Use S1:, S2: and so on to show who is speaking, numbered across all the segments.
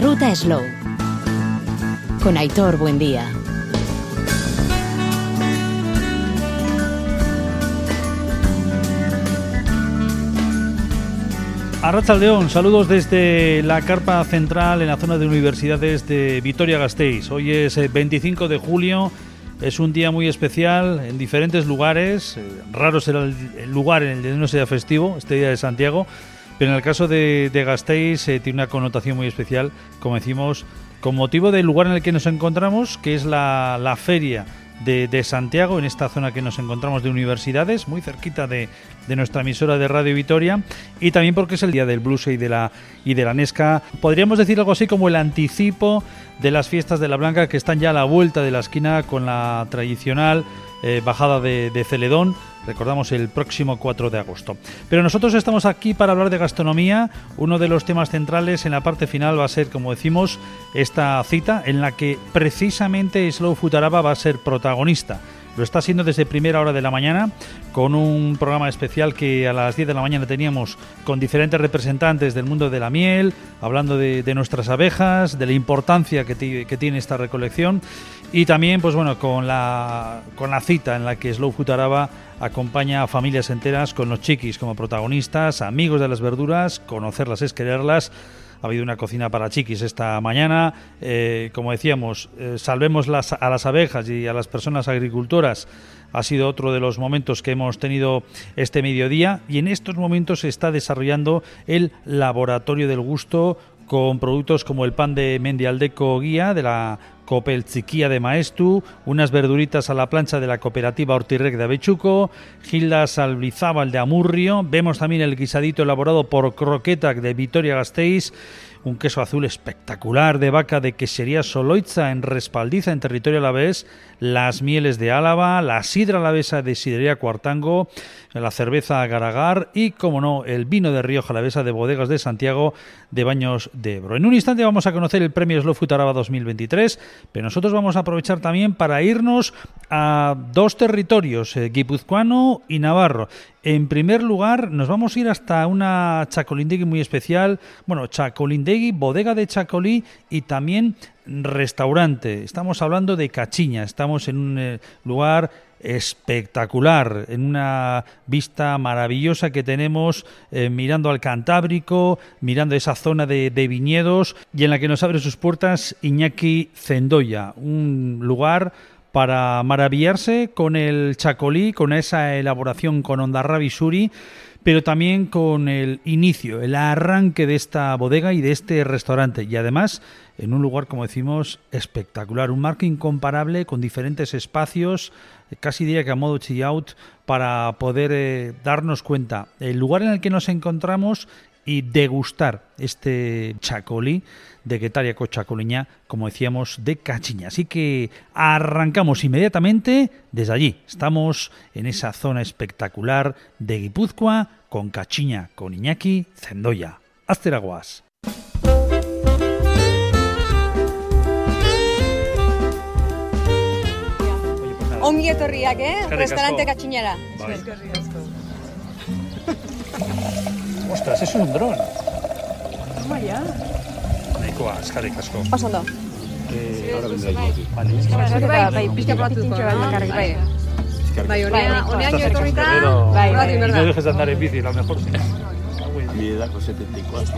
S1: ruta slow con Aitor Buendía.
S2: Arrachaldeón, saludos desde la carpa central en la zona de universidades de Vitoria-Gasteiz. Hoy es eh, 25 de julio, es un día muy especial en diferentes lugares. eh, Raro será el, el lugar en el que no sea festivo, este día de Santiago, pero en el caso de, de Gasteiz eh, tiene una connotación muy especial, como decimos, con motivo del lugar en el que nos encontramos, que es la, la feria. De, de Santiago, en esta zona que nos encontramos de universidades, muy cerquita de, de nuestra emisora de Radio Vitoria, y también porque es el día del blues y de la y de la Nesca. Podríamos decir algo así como el anticipo de las fiestas de la Blanca que están ya a la vuelta de la esquina con la tradicional eh, bajada de, de Celedón. Recordamos el próximo 4 de agosto. Pero nosotros estamos aquí para hablar de gastronomía. Uno de los temas centrales en la parte final va a ser, como decimos, esta cita en la que precisamente Slow Futaraba va a ser protagonista. Lo está haciendo desde primera hora de la mañana con un programa especial que a las 10 de la mañana teníamos con diferentes representantes del mundo de la miel, hablando de, de nuestras abejas, de la importancia que, ti- que tiene esta recolección y también pues bueno con la, con la cita en la que Slow Futaraba acompaña a familias enteras con los chiquis como protagonistas, amigos de las verduras, conocerlas es quererlas. Ha habido una cocina para chiquis esta mañana. eh, como decíamos, eh, salvemos las- a las abejas y a las personas agricultoras. Ha sido otro de los momentos que hemos tenido este mediodía y en estos momentos se está desarrollando el laboratorio del gusto con productos como el pan de Mendialdeco Guía de la Copelchiquía de Maestu, unas verduritas a la plancha de la cooperativa Ortirrec de Abechuco, Gildas Albizábal de Amurrio, vemos también el guisadito elaborado por Croquetac de Vitoria Gasteiz, un queso azul espectacular de vaca de quesería Soloitza en Respaldiza en territorio alavés, las mieles de Álava, la sidra alavesa de Sidería Cuartango, la cerveza Garagar y, como no, el vino de Río Jalavesa de Bodegas de Santiago de Baños de Ebro. En un instante vamos a conocer el premio Slow Food Araba 2023, pero nosotros vamos a aprovechar también para irnos a dos territorios, eh, guipuzcoano y navarro. En primer lugar, nos vamos a ir hasta una chacolindegui muy especial, bueno, chacolindegui, bodega de chacolí y también restaurante. Estamos hablando de Cachiña, estamos en un eh, lugar espectacular, en una vista maravillosa que tenemos eh, mirando al Cantábrico, mirando esa zona de, de viñedos y en la que nos abre sus puertas Iñaki Zendoya, un lugar para maravillarse con el chacolí, con esa elaboración con Ondarrabi Suri, pero también con el inicio, el arranque de esta bodega y de este restaurante. Y además, en un lugar, como decimos, espectacular, un marco incomparable con diferentes espacios, eh, casi diría que a modo chill out, para poder eh, darnos cuenta el lugar en el que nos encontramos y degustar este chacolí de Guetariaco Chacoliña, como decíamos, de Cachiña. Así que arrancamos inmediatamente desde allí. Estamos en esa zona espectacular de Guipúzcoa con Cachiña, con Iñaki Zendoya. Asteraguas.
S3: Ongi etorriak, eh?
S2: asko.
S3: Restaurante katxinera.
S2: Bai. Ostras, es un dron. Nahikoa, eskarrik asko.
S3: Oso ondo.
S2: pues, Vale,
S4: Bai, bai, pixka bat zintxo bat bakarrik, bai. Bai, honea, honea jo etorrita, bai, bai,
S2: Y no
S4: berda.
S2: dejes de andar en bici, a lo mejor sí.
S5: Mi edad con 74.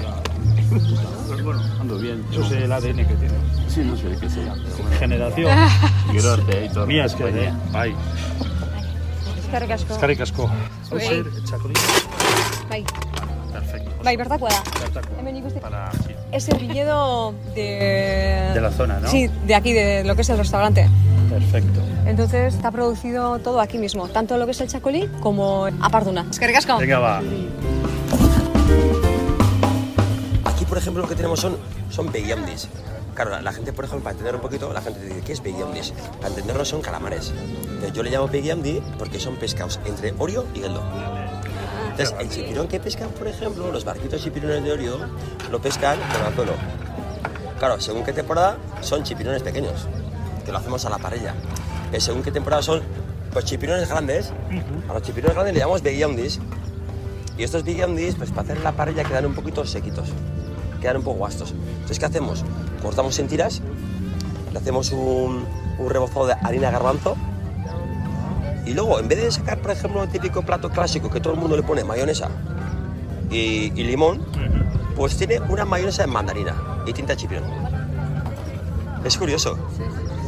S2: Bueno,
S5: Pues Ando bien.
S2: eso es el ADN que tiene.
S5: Sí, no sé de qué será. pero bueno.
S2: Generación.
S5: Gero arte, Aitor.
S2: Mila esker, eh? Bai.
S4: Eskerrik asko.
S2: Eskarrik asko.
S4: Zuei.
S2: Hauser, txakolin.
S3: Bai,
S2: Perfecto.
S3: bai, bertakoa da.
S2: Bertako.
S3: Hemen ikusten.
S2: Para... sí.
S3: Es el viñedo de...
S2: De la zona, ¿no?
S3: Sí, de aquí, de lo que es el restaurante.
S2: Perfecto.
S3: Entonces está producido todo aquí mismo, tanto lo que es el chacolí como aparduna. Eskerrik asko.
S2: Venga, va.
S6: Aquí, por ejemplo, lo que tenemos son, son beyondis. Claro, la, la gente, por ejemplo, para entender un poquito, la gente dice, ¿qué es beyondis? Para entenderlo son calamares. Pero yo le llamo beyondis porque son pescados entre Orio y Geldo. Entonces, el chipirón que pescan, por ejemplo, los barquitos chipirones de Orio, lo pescan con anzuelo. Claro, según qué temporada, son chipirones pequeños, que lo hacemos a la parrilla. Eh, según qué temporada son, pues chipirones grandes. A los chipirones grandes le llamamos beyondis. Y estos beyondis, pues para hacer la parrilla quedan un poquito sequitos. quedan un poco gastos. Entonces, ¿qué hacemos? Cortamos en tiras, le hacemos un, un rebozado de harina garbanzo y luego, en vez de sacar, por ejemplo, el típico plato clásico que todo el mundo le pone mayonesa y, y limón, pues tiene una mayonesa de mandarina y tinta chipión. Es curioso.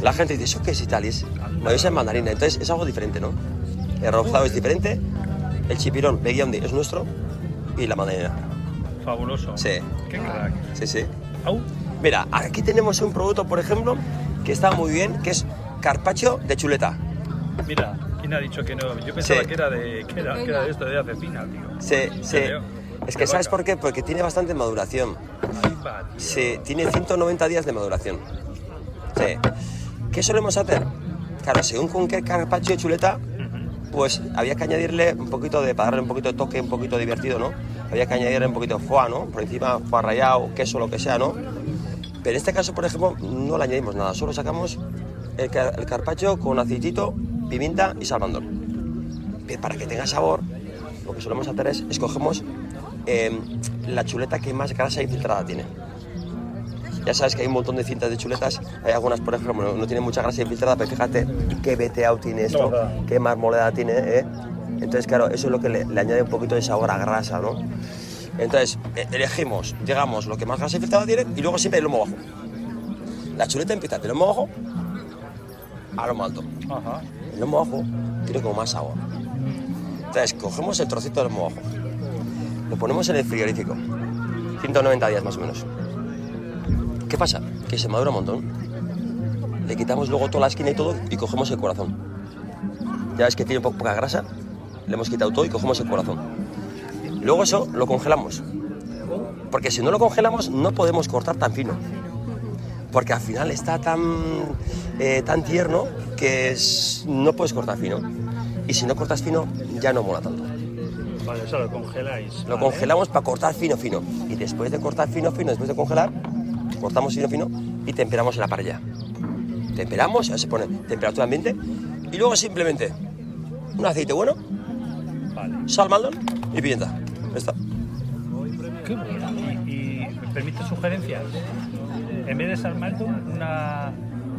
S6: La gente dice, ¿eso qué es italis? Mayonesa de mandarina. Entonces, es algo diferente, ¿no? El rebozado es diferente, el chipirón, Beyond es nuestro y la mandarina.
S2: Fabuloso.
S6: Sí,
S2: Qué crack.
S6: sí, sí.
S2: Au.
S6: Mira, aquí tenemos un producto, por ejemplo, que está muy bien, que es carpacho de chuleta.
S2: Mira, ¿quién ha dicho que no? Yo
S6: pensaba que
S2: era de que era,
S4: que era de
S2: esto de acefina, tío.
S6: Sí, sí. Es que ¿sabes por qué? Porque tiene bastante maduración. Sí, tiene 190 días de maduración. Sí. ¿Qué solemos hacer? Claro, según con qué carpaccio de chuleta, pues había que añadirle un poquito de, para darle un poquito de toque, un poquito divertido, ¿no? Había que añadirle un poquito de foie, ¿no? Por encima, foie rallado, queso, lo que sea, ¿no? Pero en este caso, por ejemplo, no le añadimos nada, solo sacamos el, ca- el carpaccio con aceitito, pimienta y salmandón que para que tenga sabor, lo que solemos hacer es escogemos eh, la chuleta que más grasa infiltrada tiene. Ya sabes que hay un montón de cintas de chuletas, hay algunas, por ejemplo, no tienen mucha grasa infiltrada, pero fíjate qué veteado tiene esto, qué marmoleada tiene, ¿eh? Entonces, claro, eso es lo que le, le añade un poquito de sabor a grasa, ¿no? Entonces, e- elegimos, llegamos lo que más grasa infiltrada tiene y luego siempre el lomo bajo. La chuleta empieza del lomo bajo a lomo alto.
S2: Ajá.
S6: El lomo bajo tiene como más sabor. Entonces, cogemos el trocito del mojo, lo ponemos en el frigorífico, 190 días más o menos. ¿Qué pasa? Que se madura un montón. Le quitamos luego toda la esquina y todo y cogemos el corazón. Ya ves que tiene po- poca grasa, le hemos quitado todo y cogemos el corazón. Luego eso lo congelamos. Porque si no lo congelamos no podemos cortar tan fino. Porque al final está tan, eh, tan tierno que es- no puedes cortar fino. Y si no cortas fino ya no mola tanto.
S2: Vale, eso lo congeláis.
S6: Lo
S2: Vale.
S6: congelamos para cortar fino, fino. Y después de cortar fino, fino, después de congelar, cortamos fino, fino y temperamos en la parrilla. Temperamos, ya se pone temperatura ambiente. Y luego simplemente un aceite bueno,
S2: Vale.
S6: sal, maldon y pimienta. Ya está.
S2: Qué bueno. Y, y ¿me permite sugerencias. En vez de sal malto, una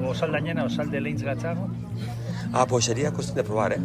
S2: o sal dañana o sal de Leins Gacharro.
S6: Ah, pues sería cuestión de probar, ¿eh?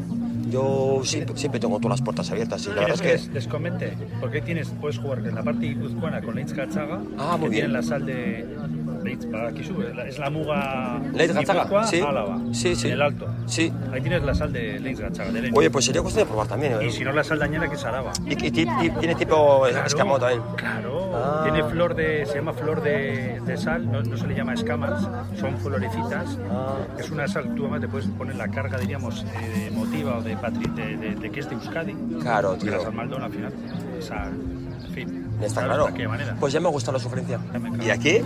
S6: Yo siempre, siempre tengo todas las puertas abiertas y la verdad
S2: ¿Quieres
S6: es
S2: que les,
S6: que...
S2: les comente? Porque ahí tienes, puedes jugar en la parte guipuzcoana con Leitz Gachaga.
S6: Ah, muy
S2: que
S6: bien.
S2: Tienen la sal de Leitz, para aquí sube. la- Es la muga
S6: Leitz Gatzaga,
S2: guipuzcoa,
S6: sí.
S2: Álava,
S6: Sí, sí.
S2: En el alto.
S6: Sí.
S2: Ahí tienes la sal de Leitz Gachaga, de Leitz.
S6: Oye, pues sería cuestión de probar también, ¿eh?
S2: Y si no, la sal dañera que es Araba.
S6: Y, y ti- ti- tiene tipo escamoto también.
S2: Claro,
S6: Ah.
S2: tiene flor de, se llama flor de, de sal, no, no se le llama escamas, son florecitas.
S6: Ah.
S2: Es una sal, tú además te puedes poner la carga, diríamos, eh, emotiva o de, patri, de, de- de que es de Euskadi.
S6: Claro,
S2: Porque
S6: tío.
S2: La sal Maldon al final, esa, en fin.
S6: Está
S2: ¿sabes
S6: claro.
S2: ¿De qué manera?
S6: Pues ya me gusta la sugerencia.
S2: Ya me cago.
S6: Y aquí,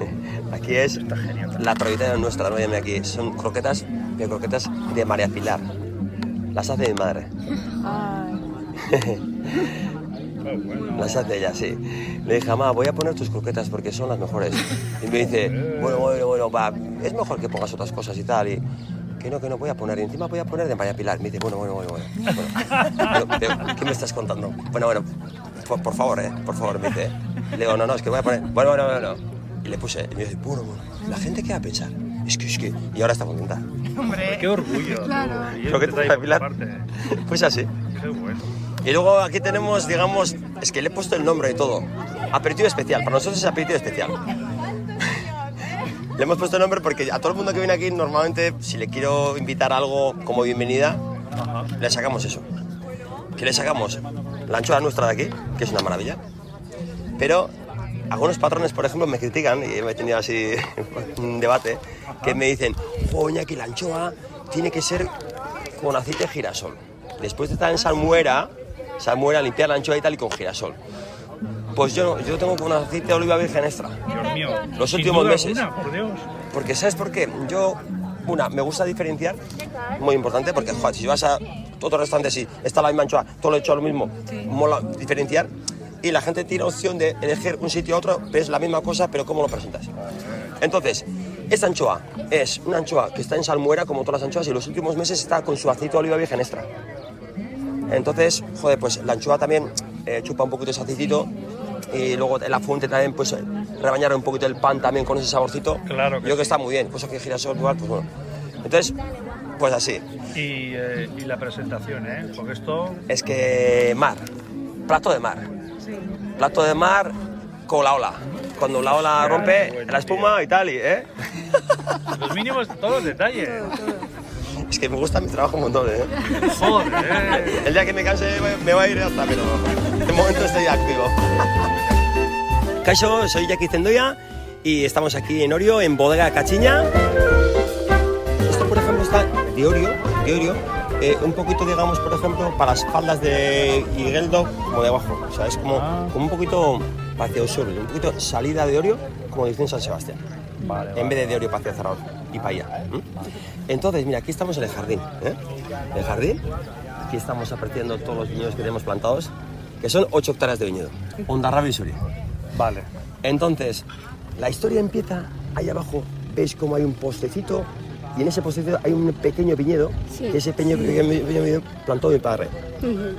S6: aquí es
S2: genial.
S6: la troqueta nuestra, no Mira aquí. Son croquetas, pero croquetas de María Pilar. Las hace mi madre,
S2: Oh, bueno.
S6: las hace ella, sí. Le dije, mamá, voy a poner tus croquetas porque son las mejores. Y me dice, bueno, bueno, bueno, va, es mejor que pongas otras cosas y tal. Y que no, que no voy a poner. Y encima voy a poner de María Pilar. Me dice, bueno, bueno, bueno, bueno. bueno pero- pero, ¿Qué me estás contando? Bueno, bueno, por, por favor, eh, por favor, me dice. eh. Le digo, no, no, es que voy a poner. Bueno, bueno, bueno, bueno. Y le puse, y me dice, bueno, bueno. La gente que va a pensar, es que, es que. Y ahora está contenta.
S2: Qué orgullo.
S4: Claro.
S2: tú. Y
S6: Croquetas
S2: este
S6: de
S2: tipo
S6: Pilar.
S2: aparte.
S6: Pues así.
S2: Qué bueno.
S6: Y luego aquí tenemos, digamos, es que le he puesto el nombre y todo. Aperitivo especial, para nosotros es aperitivo especial. le hemos puesto el nombre porque a todo el mundo que viene aquí, normalmente, si le quiero invitar algo como bienvenida, le sacamos eso. Que le sacamos la anchoa nuestra de aquí, que es una maravilla. Pero algunos patrones, por ejemplo, me critican, y me he tenido así un debate, que me dicen, coña, que la anchoa tiene que ser con aceite de girasol. Después de estar en salmuera, salmuera, limpiar la anchoa y tal, y con girasol. Pues yo, no, yo tengo con aceite de oliva virgen extra.
S2: Dios mío.
S6: Los
S2: Sin
S6: últimos
S2: duda
S6: meses.
S2: alguna, por Dios.
S6: Porque ¿sabes por qué? Yo, una, me gusta diferenciar, muy importante, porque joder, si vas a otro restaurante, si está la misma anchoa, todo lo hecho lo mismo, mola diferenciar. Y la gente tiene opción de elegir un sitio a otro, pero es la misma cosa, pero cómo lo presentas. Entonces, esta anchoa es una anchoa que está en salmuera, como todas las anchoas, y los últimos meses está con su aceite de oliva virgen extra. Entonces, joder, pues la anchoa también eh, chupa un poquito ese aceitito Y luego en la fuente también, pues rebañar un poquito el pan también con ese saborcito. Yo
S2: Claro que
S6: creo
S2: sí.
S6: que está muy bien. Cosa que girasol, lugar, pues bueno. Entonces, pues así.
S2: Y, eh, y la presentación, ¿eh? Porque esto.
S6: Es que mar, plato de mar. Plato de mar con la ola. Cuando la ola rompe
S2: bueno,
S6: la espuma y tal, y, ¿eh?
S2: Los mínimos, todos los detalles.
S6: Es que me gusta mi trabajo un montón, ¿eh?
S2: Joder.
S6: El día que me canse me va a ir hasta, pero de momento estoy activo. Caixo, soy Jackie Zendoya y estamos aquí en Orio, en Bodega Cachiña. Esto, por ejemplo, está de Orio, de Orio, eh, un poquito, digamos, por ejemplo, para las faldas de Higueldo, como de abajo. O sea, es como, como un poquito hacia el sur, un poquito salida de Orio, como dicen San Sebastián.
S2: Vale,
S6: En vez de de Orio para hacia Zaragoza y para allá. ¿m? Entonces, mira, aquí estamos en el jardín. ¿eh? El jardín, aquí estamos apreciando todos los viñedos que tenemos plantados, que son 8 hectáreas de viñedo. Ondarrabia y Soria.
S2: Vale.
S6: Entonces, la historia empieza ahí abajo. ¿Ves cómo hay un postecito? Y en ese postecito hay un pequeño viñedo. que ese pequeño, pequeño viñedo plantó mi padre.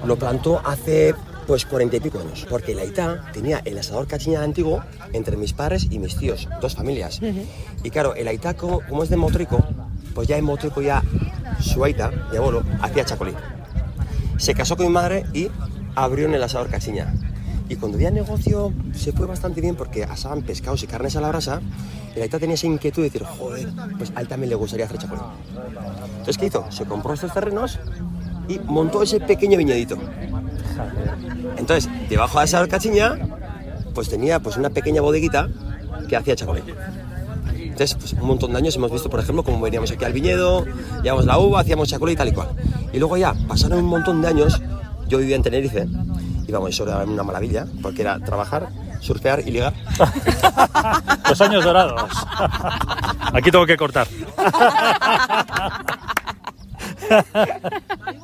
S6: Lo plantó hace pues cuarenta y pico años. Porque la Ita tenía el asador cachiña antiguo entre mis padres y mis tíos, dos familias. Y claro, el Aita, como, como es de Motrico, pues ya en Motrico ya su Aita, mi abuelo, hacía chacolí se casó con mi madre y abrió en el asador Cachiña. Y cuando ya el negocio se fue bastante bien porque asaban pescados y carnes a la brasa, y la Aita tenía esa inquietud de decir, joder, pues a él también le gustaría hacer chacolí. Entonces, ¿qué hizo? Se compró estos terrenos y montó ese pequeño viñedito. Entonces, debajo de esa cachiña, pues tenía pues una pequeña bodeguita que hacía chacolí. Entonces, pues, un montón de años hemos visto, por ejemplo, cómo veníamos aquí al viñedo, llevábamos la uva, hacíamos chacolí y tal y cual. Y luego ya, pasaron un montón de años, yo vivía en Tenerife, y vamos, eso era una maravilla, porque era trabajar, surfear y ligar.
S2: Los años dorados. Aquí tengo que cortar.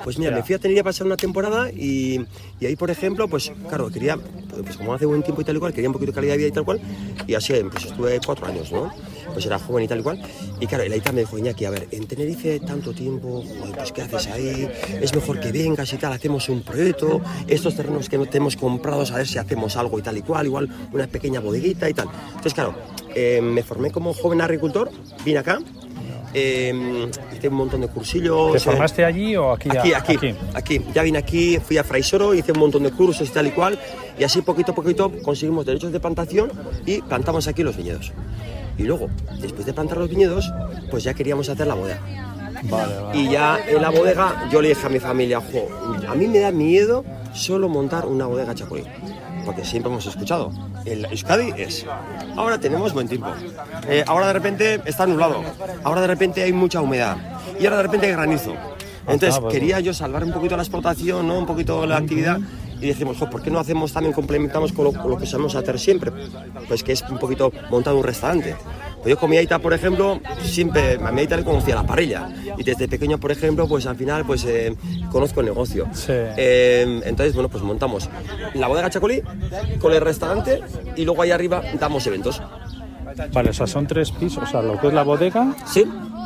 S6: Pues mira,
S2: Ya.
S6: me fui a Tenerife a pasar una temporada y, y ahí, por ejemplo, pues claro, quería, pues como hace buen tiempo y tal y cual, quería un poquito de calidad de vida y tal cual, y así pues estuve cuatro años, ¿no? Pues era joven y tal y cual, y claro, el Aita me dijo, Iñaki, a ver, en Tenerife tanto tiempo, joder, pues ¿qué haces ahí? Es mejor que vengas y tal, hacemos un proyecto, estos terrenos que no tenemos comprados, a ver si hacemos algo y tal y cual, igual una pequeña bodeguita y tal. Entonces, claro, eh, me formé como joven agricultor, vine acá, eh, hice un montón de cursillos.
S2: ¿Te
S6: eh,
S2: formaste allí o aquí? ya?
S6: Aquí, aquí, aquí, Ya vine aquí, fui a Fraisoro, hice un montón de cursos y tal y cual. Y así poquito a poquito conseguimos derechos de plantación y plantamos aquí los viñedos. Y luego, después de plantar los viñedos, pues ya queríamos hacer la bodega. Y ya en la bodega yo le dije a mi familia, "Jo, a mí me da miedo solo montar una bodega chacolí. Porque siempre hemos escuchado, el Euskadi es, ahora tenemos buen tiempo, eh, ahora de repente está nublado, ahora de repente hay mucha humedad y ahora de repente hay granizo. Entonces
S2: pues,
S6: quería yo salvar un poquito la explotación, ¿no? un poquito la actividad y decimos, "Jo, ¿por qué no hacemos también, complementamos con lo, con lo que sabemos hacer siempre? Pues que es un poquito montar un restaurante. Pues yo con mi aita, por ejemplo, siempre, a mi aita le conocía la parrilla. Y desde pequeño, por ejemplo, pues al final, pues eh, conozco el negocio.
S2: Sí.
S6: Eh, entonces, bueno, pues montamos la bodega Chacolí con el restaurante y luego ahí arriba damos eventos.
S2: Vale, o sea, son tres pisos. O sea, lo que es la bodega,
S6: Sí,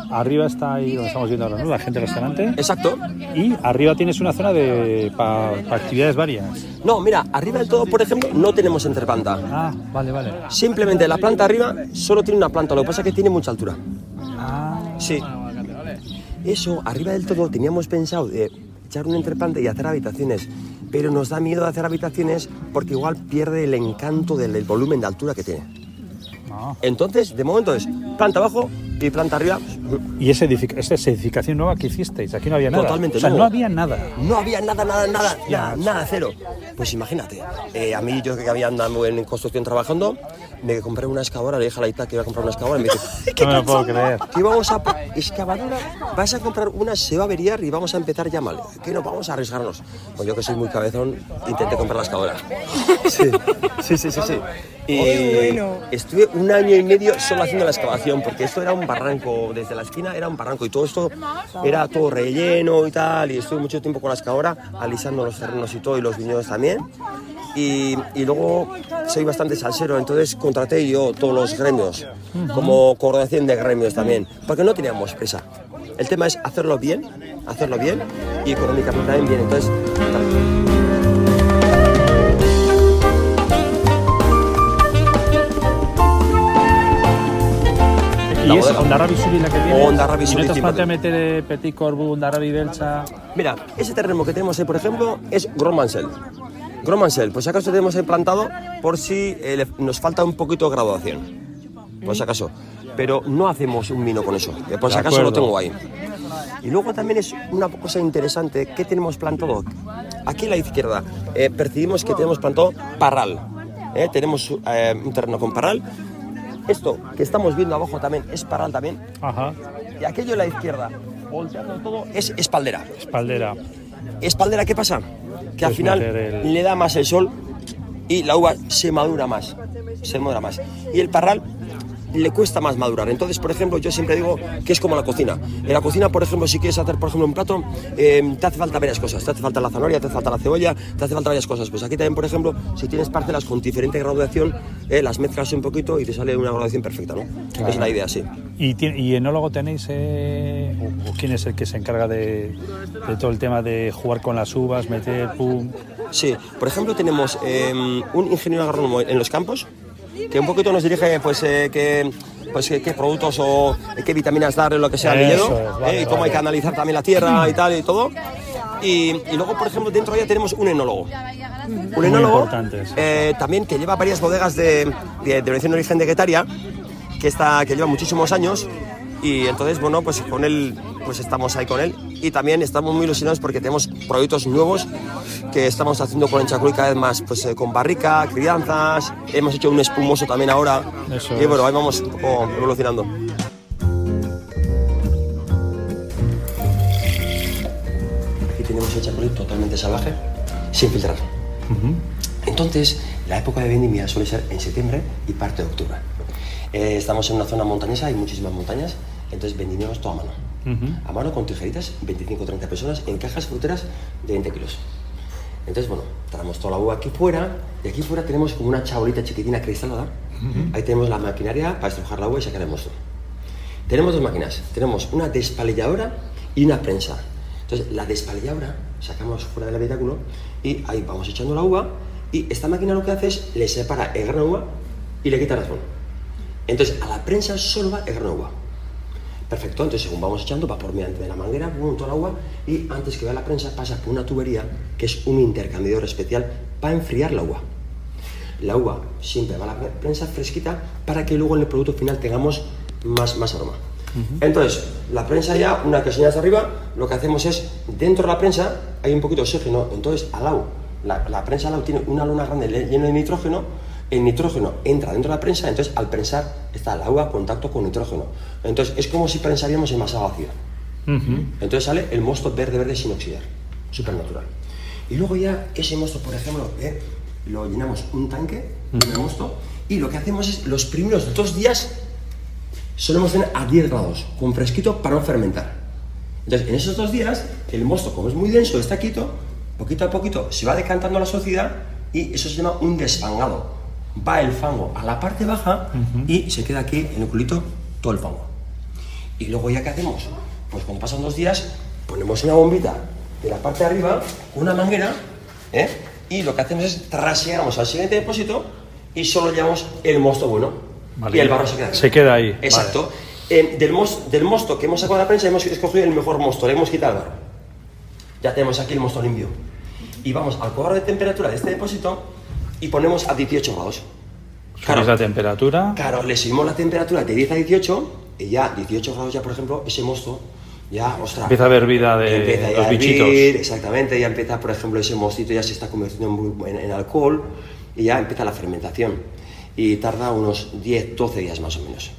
S2: arriba está ahí donde estamos viendo ahora, ¿no? La gente del restaurante.
S6: exacto.
S2: Y arriba tienes una zona de para actividades varias.
S6: No, mira, arriba del todo, por ejemplo, no tenemos entreplanta.
S2: Ah, vale, vale.
S6: Simplemente la planta arriba solo tiene una planta, lo que pasa es que tiene mucha altura.
S2: Ah,
S6: Sí. Eso, arriba del todo teníamos pensado de echar un entreplante y hacer habitaciones, pero nos da miedo hacer habitaciones porque igual pierde el encanto del, del volumen de altura que tiene.
S2: no.
S6: Entonces, de momento es planta abajo y planta arriba.
S2: Y esa, edific- esa es edificación nueva que hicisteis, aquí no había nada.
S6: Totalmente
S2: O sea, no
S6: nuevo.
S2: había nada.
S6: No había nada, nada, nada, nada, nada, cero. Pues imagínate, eh, a mí yo que había andado en construcción trabajando, me compré una excavadora, le dije a la Ita que iba a comprar una excavadora y me dice,
S2: no me lo puedo creer.
S6: que vamos a po- excavadora, vas a comprar una, se va a averiar y vamos a empezar ya mal. Que no vamos a arriesgarnos. Pues yo que soy muy cabezón, intenté comprar la excavadora. Sí, sí, sí, sí. sí. Y estuve un año y medio solo haciendo la excavación, porque esto era un barranco, desde la esquina era un barranco y todo esto era todo relleno y tal, y estuve mucho tiempo con la excavadora, alisando los terrenos y todo, y los viñedos también. Y, y luego soy bastante salsero, entonces contraté yo todos los gremios, como coordinación de gremios también, porque no teníamos presa. El tema es hacerlo bien, hacerlo bien y económicamente también bien. Entonces, la
S7: Y es
S6: bodega.
S7: Ondarrabi Suri la que tiene.
S6: Ondarrabi
S7: Y
S6: Zuri,
S7: no te
S6: sí,
S7: falta
S6: madre.
S7: meter eh, Petit Corbu, Ondarrabi Belcha.
S6: Mira, ese terreno que tenemos ahí, por ejemplo, es Gromansel. Gromansel, pues si acaso tenemos ahí plantado por si eh, le- nos falta un poquito de graduación. Por si acaso. Pero no hacemos un vino con eso. eh, Por si
S7: De
S6: acaso lo
S7: acuerdo.
S6: tengo ahí. Y luego también es una cosa interesante, ¿qué tenemos plantado? Aquí a la izquierda eh, percibimos que tenemos plantado parral. ¿eh? Tenemos eh, un terreno con parral. Esto que estamos viendo abajo también es parral también.
S2: Ajá,
S6: Y aquello a la izquierda, volteando todo, es espaldera.
S2: espaldera.
S6: Espaldera, ¿qué pasa? Que al
S2: Pues
S6: final
S2: meter el-
S6: le da más el sol y la uva se madura más. Se madura más. Y el parral le cuesta más madurar. Entonces, por ejemplo, yo siempre digo que es como la cocina. En la cocina, por ejemplo, si quieres hacer, por ejemplo, un plato, eh, te hace falta varias cosas. Te hace falta la zanahoria, te hace falta la cebolla, te hace falta varias cosas. Pues aquí también, por ejemplo, si tienes parcelas con diferente graduación, eh, las mezclas un poquito y te sale una graduación perfecta, ¿no? Es la idea, sí.
S7: ¿Y, tie- y enólogo tenéis? eh, o, o quién es el que se encarga de, de todo el tema de jugar con las uvas, meter, pum?
S6: Sí, por ejemplo tenemos eh, un ingeniero agrónomo en los campos que un poquito nos dirige pues eh, qué pues, qué- qué productos o qué vitaminas darle lo que sea al
S7: Eso
S6: viñedo
S7: es, vale,
S6: eh, y cómo hay
S7: vale.
S6: que analizar también la tierra y tal y todo. Y, y luego, por ejemplo, dentro ya tenemos un enólogo. Un
S7: Muy
S6: enólogo
S7: importante eso.
S6: eh, también que lleva varias bodegas de, de, de origen de Guetaria, que, está, que lleva muchísimos años. Y entonces, bueno, pues con él, pues estamos ahí con él. Y también estamos muy ilusionados porque tenemos proyectos nuevos que estamos haciendo con el Chacuy cada vez más, pues eh, con barrica, crianzas. Hemos hecho un espumoso también ahora.
S7: Eso
S6: y bueno,
S7: es.
S6: ahí vamos un poco evolucionando. Aquí tenemos el Chacuy totalmente salvaje, sin filtrar. Entonces, la época de vendimia suele ser en septiembre y parte de octubre. Eh, estamos en una zona montañesa, hay muchísimas montañas, entonces vendimiamos todo a mano. A mano con tijeritas, 25 o 30 personas, en cajas fruteras de 20 kilos. Entonces, bueno, traemos toda la uva aquí fuera, y aquí fuera tenemos como una chabolita chiquitina cristalada. Ahí tenemos la maquinaria para estrujar la uva y sacar el mosto. Tenemos dos máquinas. Tenemos una despalilladora y una prensa. Entonces, la despalilladora sacamos fuera del habitáculo y ahí vamos echando la uva y esta máquina lo que hace es le separa el grano de uva y le quita el razón. Entonces, a la prensa solo va el grano de uva. Perfecto, entonces según vamos echando, va por mediante de la manguera, pum, toda el agua y antes que vea la prensa pasa por una tubería que es un intercambiador especial para enfriar la uva. La uva siempre va a la pre- prensa fresquita para que luego en el producto final tengamos más, más aroma. Entonces, la prensa ya, una que señala hasta arriba, lo que hacemos es, dentro de la prensa hay un poquito de oxígeno, entonces al lado, la, la prensa al lado tiene una luna grande le- llena de nitrógeno, el nitrógeno entra dentro de la prensa, entonces al prensar está el agua en contacto con nitrógeno. Entonces es como si prensaríamos en masa vacía. Entonces sale el mosto verde verde sin oxidar, súper natural. Y luego ya ese mosto, por ejemplo, eh, lo llenamos un tanque de mosto y lo que hacemos es los primeros dos días solemos tener a 10 grados, con fresquito para no fermentar. Entonces, en esos dos días, el mosto, como es muy denso, está quieto, poquito a poquito se va decantando la sociedad y eso se llama un desfangado. Va el fango a la parte baja y se queda aquí en el culito todo el fango. Y luego ya qué hacemos? Pues cuando pasan dos días, ponemos una bombita de la parte de arriba, una manguera, ¿eh? y lo que hacemos es traseamos al siguiente depósito y solo llevamos el mosto bueno.
S7: Vale.
S6: Y el barro se queda aquí.
S7: Se queda ahí,
S6: Exacto. Eh, del, mos- del mosto que hemos sacado de la prensa hemos escogido el mejor mosto, le hemos quitado el barro. Ya tenemos aquí el mosto limpio. Y vamos al cuadro de temperatura de este depósito y ponemos a 18 grados.
S7: Subís la temperatura.
S6: Claro, le subimos la temperatura de 10 a 18 y ya 18 grados ya, por ejemplo, ese mosto ya, ostras.
S7: Empieza a haber vida de
S6: empieza ya
S7: los
S6: a
S7: bichitos.
S6: hervir, Exactamente, ya empieza, por ejemplo, ese mostito ya se está convirtiendo en, en- en alcohol y ya empieza la fermentación. Y tarda unos 10, 12 días más o menos.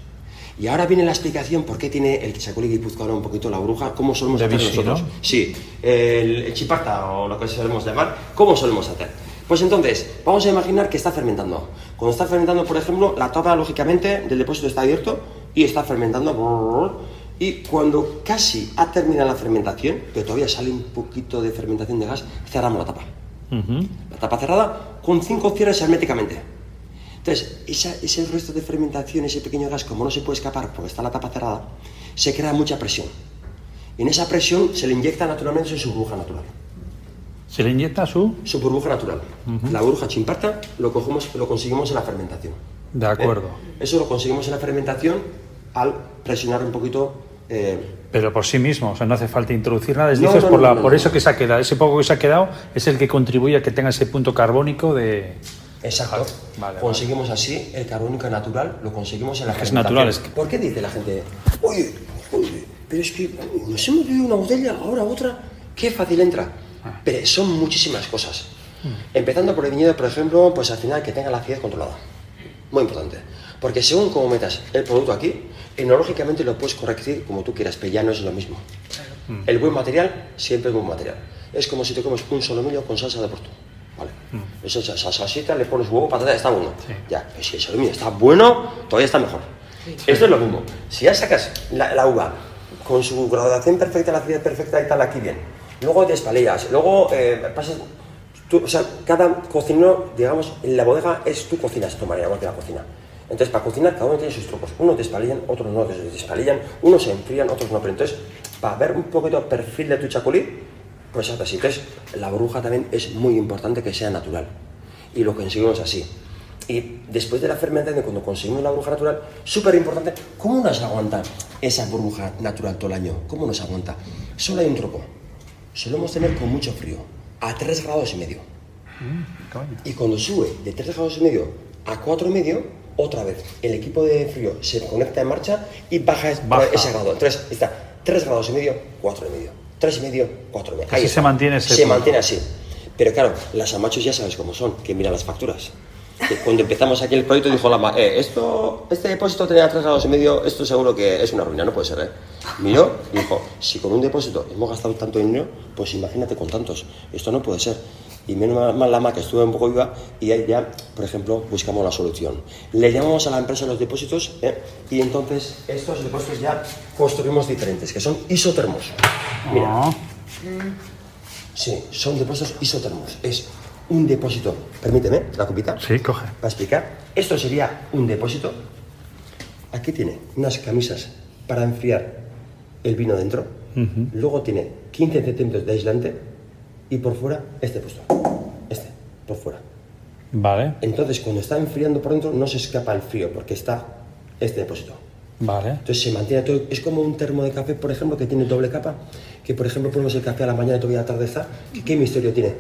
S6: Y ahora viene la explicación por qué tiene el chacolí guipuzcoano un poquito la bruja, cómo solemos
S7: De
S6: hacer
S7: bici,
S6: nosotros.
S7: ¿no?
S6: Sí, el, el chiparta o lo que solemos llamar, ¿cómo solemos hacer? Pues entonces, vamos a imaginar que está fermentando. Cuando está fermentando, por ejemplo, la tapa, lógicamente, del depósito está abierto y está fermentando. brrr, Y cuando casi ha terminado la fermentación, pero todavía sale un poquito de fermentación de gas, cerramos la tapa.
S7: Ujú.
S6: La tapa cerrada con cinco cierres herméticamente. Entonces, esa- ese resto de fermentación, ese pequeño gas, como no se puede escapar porque está la tapa cerrada, se crea mucha presión. Y en esa presión se le inyecta naturalmente su burbuja natural.
S7: Se le inyecta su.
S6: Su burbuja natural. La burbuja chimparta lo, cogemos, lo conseguimos en la fermentación.
S7: De acuerdo.
S6: Eso lo conseguimos en la fermentación al presionar un poquito. eh,
S7: Pero por sí mismo, o sea, no hace falta introducir nada. Es
S6: No,
S7: dices
S6: no,
S7: por,
S6: no,
S7: la-
S6: no,
S7: por
S6: no.
S7: eso que se ha quedado, ese poco que se ha quedado es el que contribuye a que tenga ese punto carbónico de.
S6: Exacto.
S7: Vale,
S6: conseguimos así el carbónico natural, lo conseguimos en la
S7: Es
S6: fermentación.
S7: natural, es que-
S6: ¿Por qué dice la gente, oye, oye, pero es que uy, nos hemos bebido una botella, ahora otra, qué fácil entra?
S7: Ah.
S6: Pero son muchísimas cosas. Empezando por el viñedo, por ejemplo, pues al final que tenga la acidez controlada. Muy importante. Porque según cómo metas el producto aquí, enológicamente lo puedes corregir como tú quieras, pero ya no es lo mismo. El buen material siempre es buen material. Es como si te comes un solomillo con salsa de porto. Vale. Eso es salsa, salsita, le pones huevo, patata, está bueno. Ya, pero si el solomillo está bueno, todavía está mejor. Esto es lo mismo. Si ya sacas la, la uva con su graduación perfecta, la acidez perfecta y tal, aquí bien. Luego despalillas, luego eh, pasas. tú- o sea, cada cocinero, digamos, en la bodega es tú cocinas tu manera, igual que la cocina. Entonces, para cocinar, cada uno tiene sus trucos. Unos despalillan, otros no despalillan, unos se enfrían, otros no. Pero entonces, para ver un poquito el perfil de tu chacolí, pues hasta así. Entonces, la burbuja también es muy importante que sea natural. Y lo conseguimos así. Y después de la fermentación, cuando conseguimos la burbuja natural, súper importante, ¿cómo nos aguanta esa burbuja natural todo el año? ¿Cómo nos aguanta? Solo hay un truco. Solemos tener con mucho frío, a 3 grados y medio. Y cuando sube de 3 grados y medio a 4 y medio, otra vez el equipo de frío se conecta en marcha y baja, es-
S7: Baja.
S6: ese grado. Tres, está 3 grados y medio, 4 y medio. 3 y medio, 4 y medio.
S7: Así se mantiene ese
S6: Se
S7: punto.
S6: mantiene así. Pero claro, las amachos ya sabes cómo son, que miran las facturas. Que cuando empezamos aquí el proyecto dijo la ama, "Eh, esto, este depósito tenía 3 grados y medio, esto seguro que es una ruina, no puede ser, ¿eh? Miró y dijo, si con un depósito hemos gastado tanto dinero, pues imagínate con tantos, esto no puede ser. Y menos mal- mal la ama que estuvo un poco viva y ahí ya, por ejemplo, buscamos la solución. Le llamamos a la empresa de los depósitos ¿eh? y entonces estos depósitos ya construimos diferentes, que son isotermos. Mira,
S7: No.
S6: Sí, son depósitos isotermos. Es un depósito. Permíteme, la copita.
S7: Sí, coge.
S6: Para explicar, esto sería un depósito. Aquí tiene unas camisas para enfriar el vino dentro.
S7: Mm.
S6: Luego tiene 15 centímetros de aislante. Y por fuera, este puesto. Este, por fuera.
S7: Vale,
S6: Entonces, cuando está enfriando por dentro, no se escapa el frío porque está este depósito.
S7: vale.
S6: Entonces se mantiene todo. Es como un termo de café, por ejemplo, que tiene doble capa. Que, por ejemplo, ponemos el café a la mañana y todavía a la tarde está. ¿Qué, qué misterio tiene?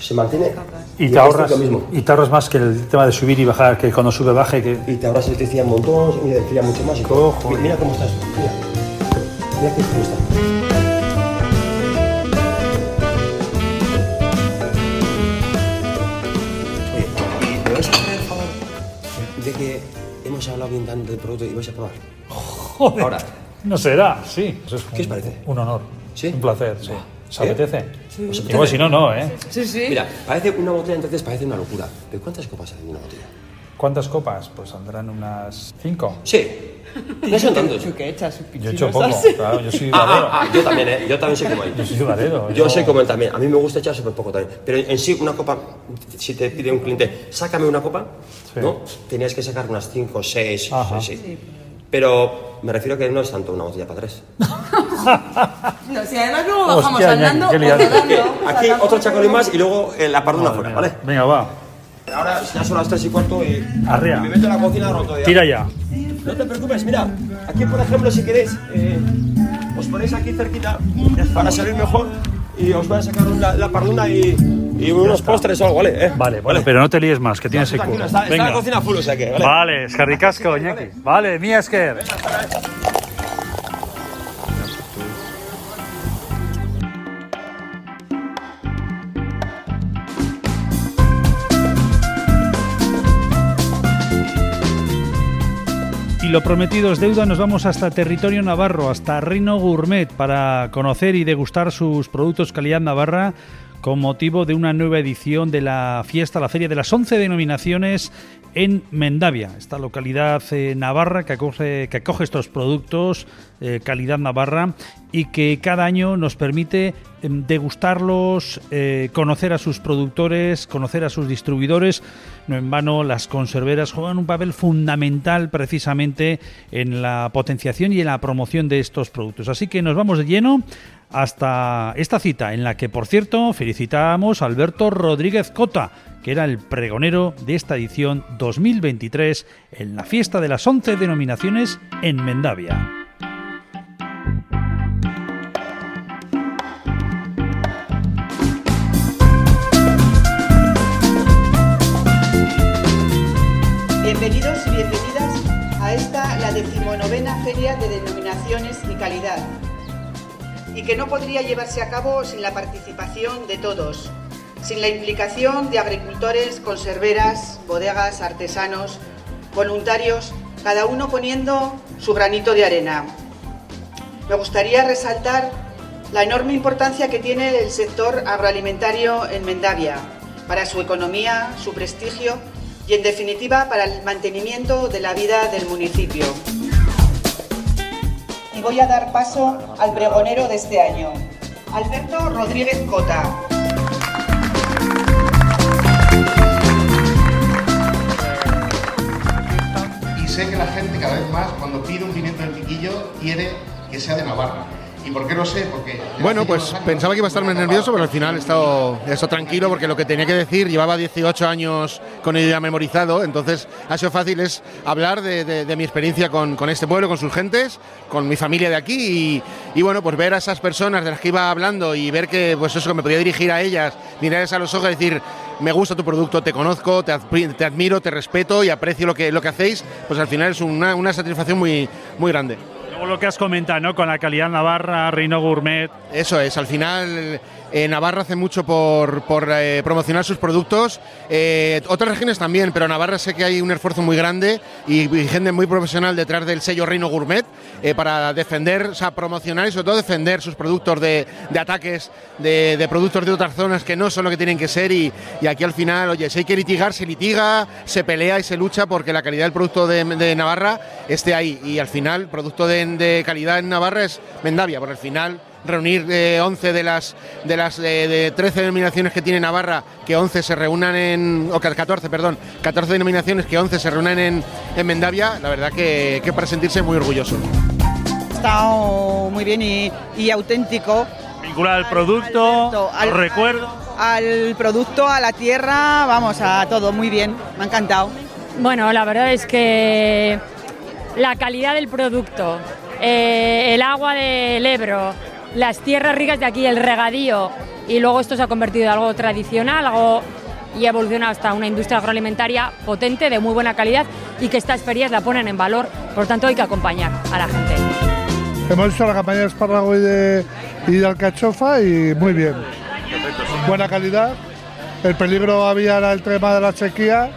S6: Se mantiene.
S7: Y
S6: el
S7: te,
S6: resto
S7: ahorras,
S6: es Lo mismo.
S7: y te ahorras más que el tema de subir y bajar, que cuando sube baje, que
S6: Y te ahorras electricidad un montón, y electricidad mucho más. Y todo.
S7: Ojo. eh.
S6: Mira, mira cómo estás. Mira. Mira qué frío está. Oye, ¿y ¿me vais a hacer el favor de que hemos hablado bien tanto del producto y vais a probar?
S7: Joder.
S6: Ahora.
S7: No será, sí. Eso es
S6: ¿Qué os
S7: un-
S6: parece?
S7: Un honor.
S6: ¿Sí?
S7: Un placer, sí. ¿Os
S6: ¿Eh?
S7: apetece?
S6: ¿Os
S7: Y
S8: Pues,
S6: apetece?
S7: bueno, si no, no, ¿eh?
S4: Sí, sí.
S6: Mira, parece una botella, entonces parece una locura. ¿Pero cuántas copas hay en una botella?
S7: ¿Cuántas copas? Pues andrán unas cinco.
S6: Sí. No son tantos.
S4: que echas un
S7: Yo he
S4: pichino,
S7: hecho poco,
S4: ¿sabes?
S7: claro, yo soy
S6: Ah,
S7: valero.
S6: ah, ah, yo también, ¿eh? Yo también soy como él.
S7: Yo soy valero.
S6: Yo soy como él también. A mí me gusta echar súper poco también. Pero en sí, una copa, si te pide un cliente, sácame una copa,
S7: Sí.
S6: ¿no? Tenías que sacar unas 5, 6,
S7: Ajá.
S6: sí. Pero me refiero a que no es tanto una botella para tres.
S4: No, si además luego
S7: Hostia,
S4: bajamos
S7: Iñaki,
S4: andando
S7: qué
S4: o
S7: liado.
S6: Que
S4: nadando, o sea,
S6: Aquí
S4: tampoco-
S6: otro chacolín más y luego eh, la pardona afuera, ¿vale?
S7: Venga, va.
S6: Ahora ya son las 3 y cuarto y
S7: Arrea.
S6: me meto en la cocina roto ya.
S7: Tira ya.
S6: No te preocupes, mira, aquí por ejemplo si queréis, eh, os ponéis aquí cerquita para salir mejor y os van a sacar una- la parduna y, y unos postres o algo, ¿vale? Eh,
S7: Vale, bueno, pero no te líes más, que tienes el culo.
S6: Tranquilo, está, está la
S7: Venga.
S6: cocina full, o sea que, ¿vale?
S7: Vale, escarricasco, Iñaki. Vale, mi esker.
S2: Y lo prometido es deuda, nos vamos hasta territorio navarro, hasta Reino Gourmet, para conocer y degustar sus productos calidad navarra con motivo de una nueva edición de la fiesta, la feria de las 11 denominaciones en Mendavia, esta localidad eh, navarra que acoge, que acoge estos productos, eh, calidad navarra, y que cada año nos permite em, degustarlos, eh, conocer a sus productores, conocer a sus distribuidores. No en vano, las conserveras juegan un papel fundamental precisamente en la potenciación y en la promoción de estos productos. Así que nos vamos de lleno hasta esta cita en la que, por cierto, felicitamos a Alberto Rodríguez Cota, que era el pregonero de esta edición 2023 en la fiesta de las 11 denominaciones en Mendavia.
S9: Bienvenidos y bienvenidas a esta, la decimonovena Feria de Denominaciones y Calidad, y que no podría llevarse a cabo sin la participación de todos, sin la implicación de agricultores, conserveras, bodegas, artesanos, voluntarios, cada uno poniendo su granito de arena. Me gustaría resaltar la enorme importancia que tiene el sector agroalimentario en Mendavia para su economía, su prestigio y en definitiva para el mantenimiento de la vida del municipio. Y voy a dar paso al pregonero de este año, Alberto Rodríguez Cota.
S10: Y sé que la gente cada vez más cuando pide un pimiento del piquillo quiere que sea de Navarra. ¿Y por qué lo sé? Porque
S11: bueno, pues pensaba que iba a estar más nervioso, pero al final he estado, he estado, tranquilo porque lo que tenía que decir llevaba 18 años con ello ya memorizado, entonces ha sido fácil es hablar de, de, de mi experiencia con, con, este pueblo, con sus gentes, con mi familia de aquí y, y, bueno, pues ver a esas personas de las que iba hablando y ver que pues eso, que me podía dirigir a ellas, mirarles a los ojos y decir, me gusta tu producto, te conozco, te, te, admiro, te respeto y aprecio lo que, lo que hacéis, pues al final es una, una satisfacción muy, muy grande
S2: lo que has comentado, ¿no? Con la calidad navarra, Reino Gourmet.
S11: Eso es, al final eh, Navarra hace mucho por, por eh, promocionar sus productos, eh, otras regiones también, pero Navarra sé que hay un esfuerzo muy grande y, y gente muy profesional detrás del sello Reino Gourmet eh, para defender, o sea, promocionar y sobre todo defender sus productos de, de ataques, de, de, productos de otras zonas que no son lo que tienen que ser y, y, aquí al final, oye, si hay que litigar, se litiga, se pelea y se lucha porque la calidad del producto de, de Navarra esté ahí y al final, producto de, de calidad en Navarra es Mendavia, por el final reunir eh, 11 de las de las eh, de 13 denominaciones que tiene Navarra, que 11 se reúnan en o 14, perdón, 14 denominaciones que 11 se reúnan en, en Mendavia, la verdad que, que, para sentirse muy orgulloso.
S12: Ha estado oh, muy bien y, y auténtico.
S2: Vincular al producto, Alberto, al, al recuerdo.
S12: Al producto, a la tierra, vamos, a todo, muy bien, me ha encantado.
S13: Bueno, la verdad es que la calidad del producto, eh, el agua del Ebro, las tierras ricas de aquí, el regadío, y luego esto se ha convertido en algo tradicional, algo y ha evolucionado hasta una industria agroalimentaria potente, de muy buena calidad, y que estas ferias la ponen en valor, por tanto hay que acompañar a la gente.
S14: Hemos hecho la campaña de espárrago y de, y de alcachofa y muy bien. Buena calidad. El peligro había era el tema de la sequía,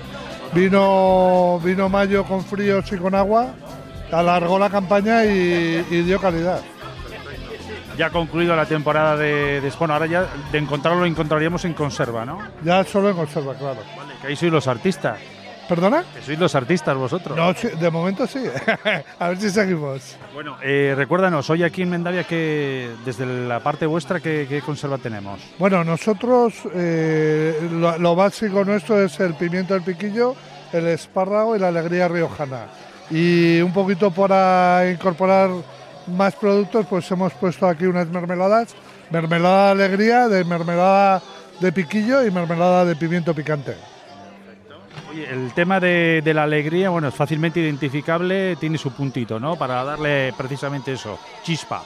S14: Vino, vino mayo con fríos y con agua, alargó la campaña y, y dio calidad.
S2: Ya ha concluido la temporada de, de, Bueno, ahora ya de encontrarlo lo encontraríamos en conserva, ¿no?
S14: Ya solo en conserva, claro.
S2: Vale, que ahí sois los artistas.
S14: ¿Perdona?
S2: Que sois los artistas vosotros.
S14: No, de momento sí. A ver si seguimos.
S2: Bueno, eh, recuérdanos, hoy aquí en Mendavia, que desde la parte vuestra, ¿qué, qué conserva tenemos?
S14: Bueno, nosotros eh, lo, lo, básico nuestro es el pimiento del piquillo, el espárrago y la alegría riojana. Y un poquito para incorporar más productos, pues hemos puesto aquí unas mermeladas. Mermelada de alegría, de mermelada de piquillo y mermelada de pimiento picante
S2: el tema de, de, la alegría, bueno, es fácilmente identificable, tiene su puntito, ¿no? Para darle precisamente eso, chispa.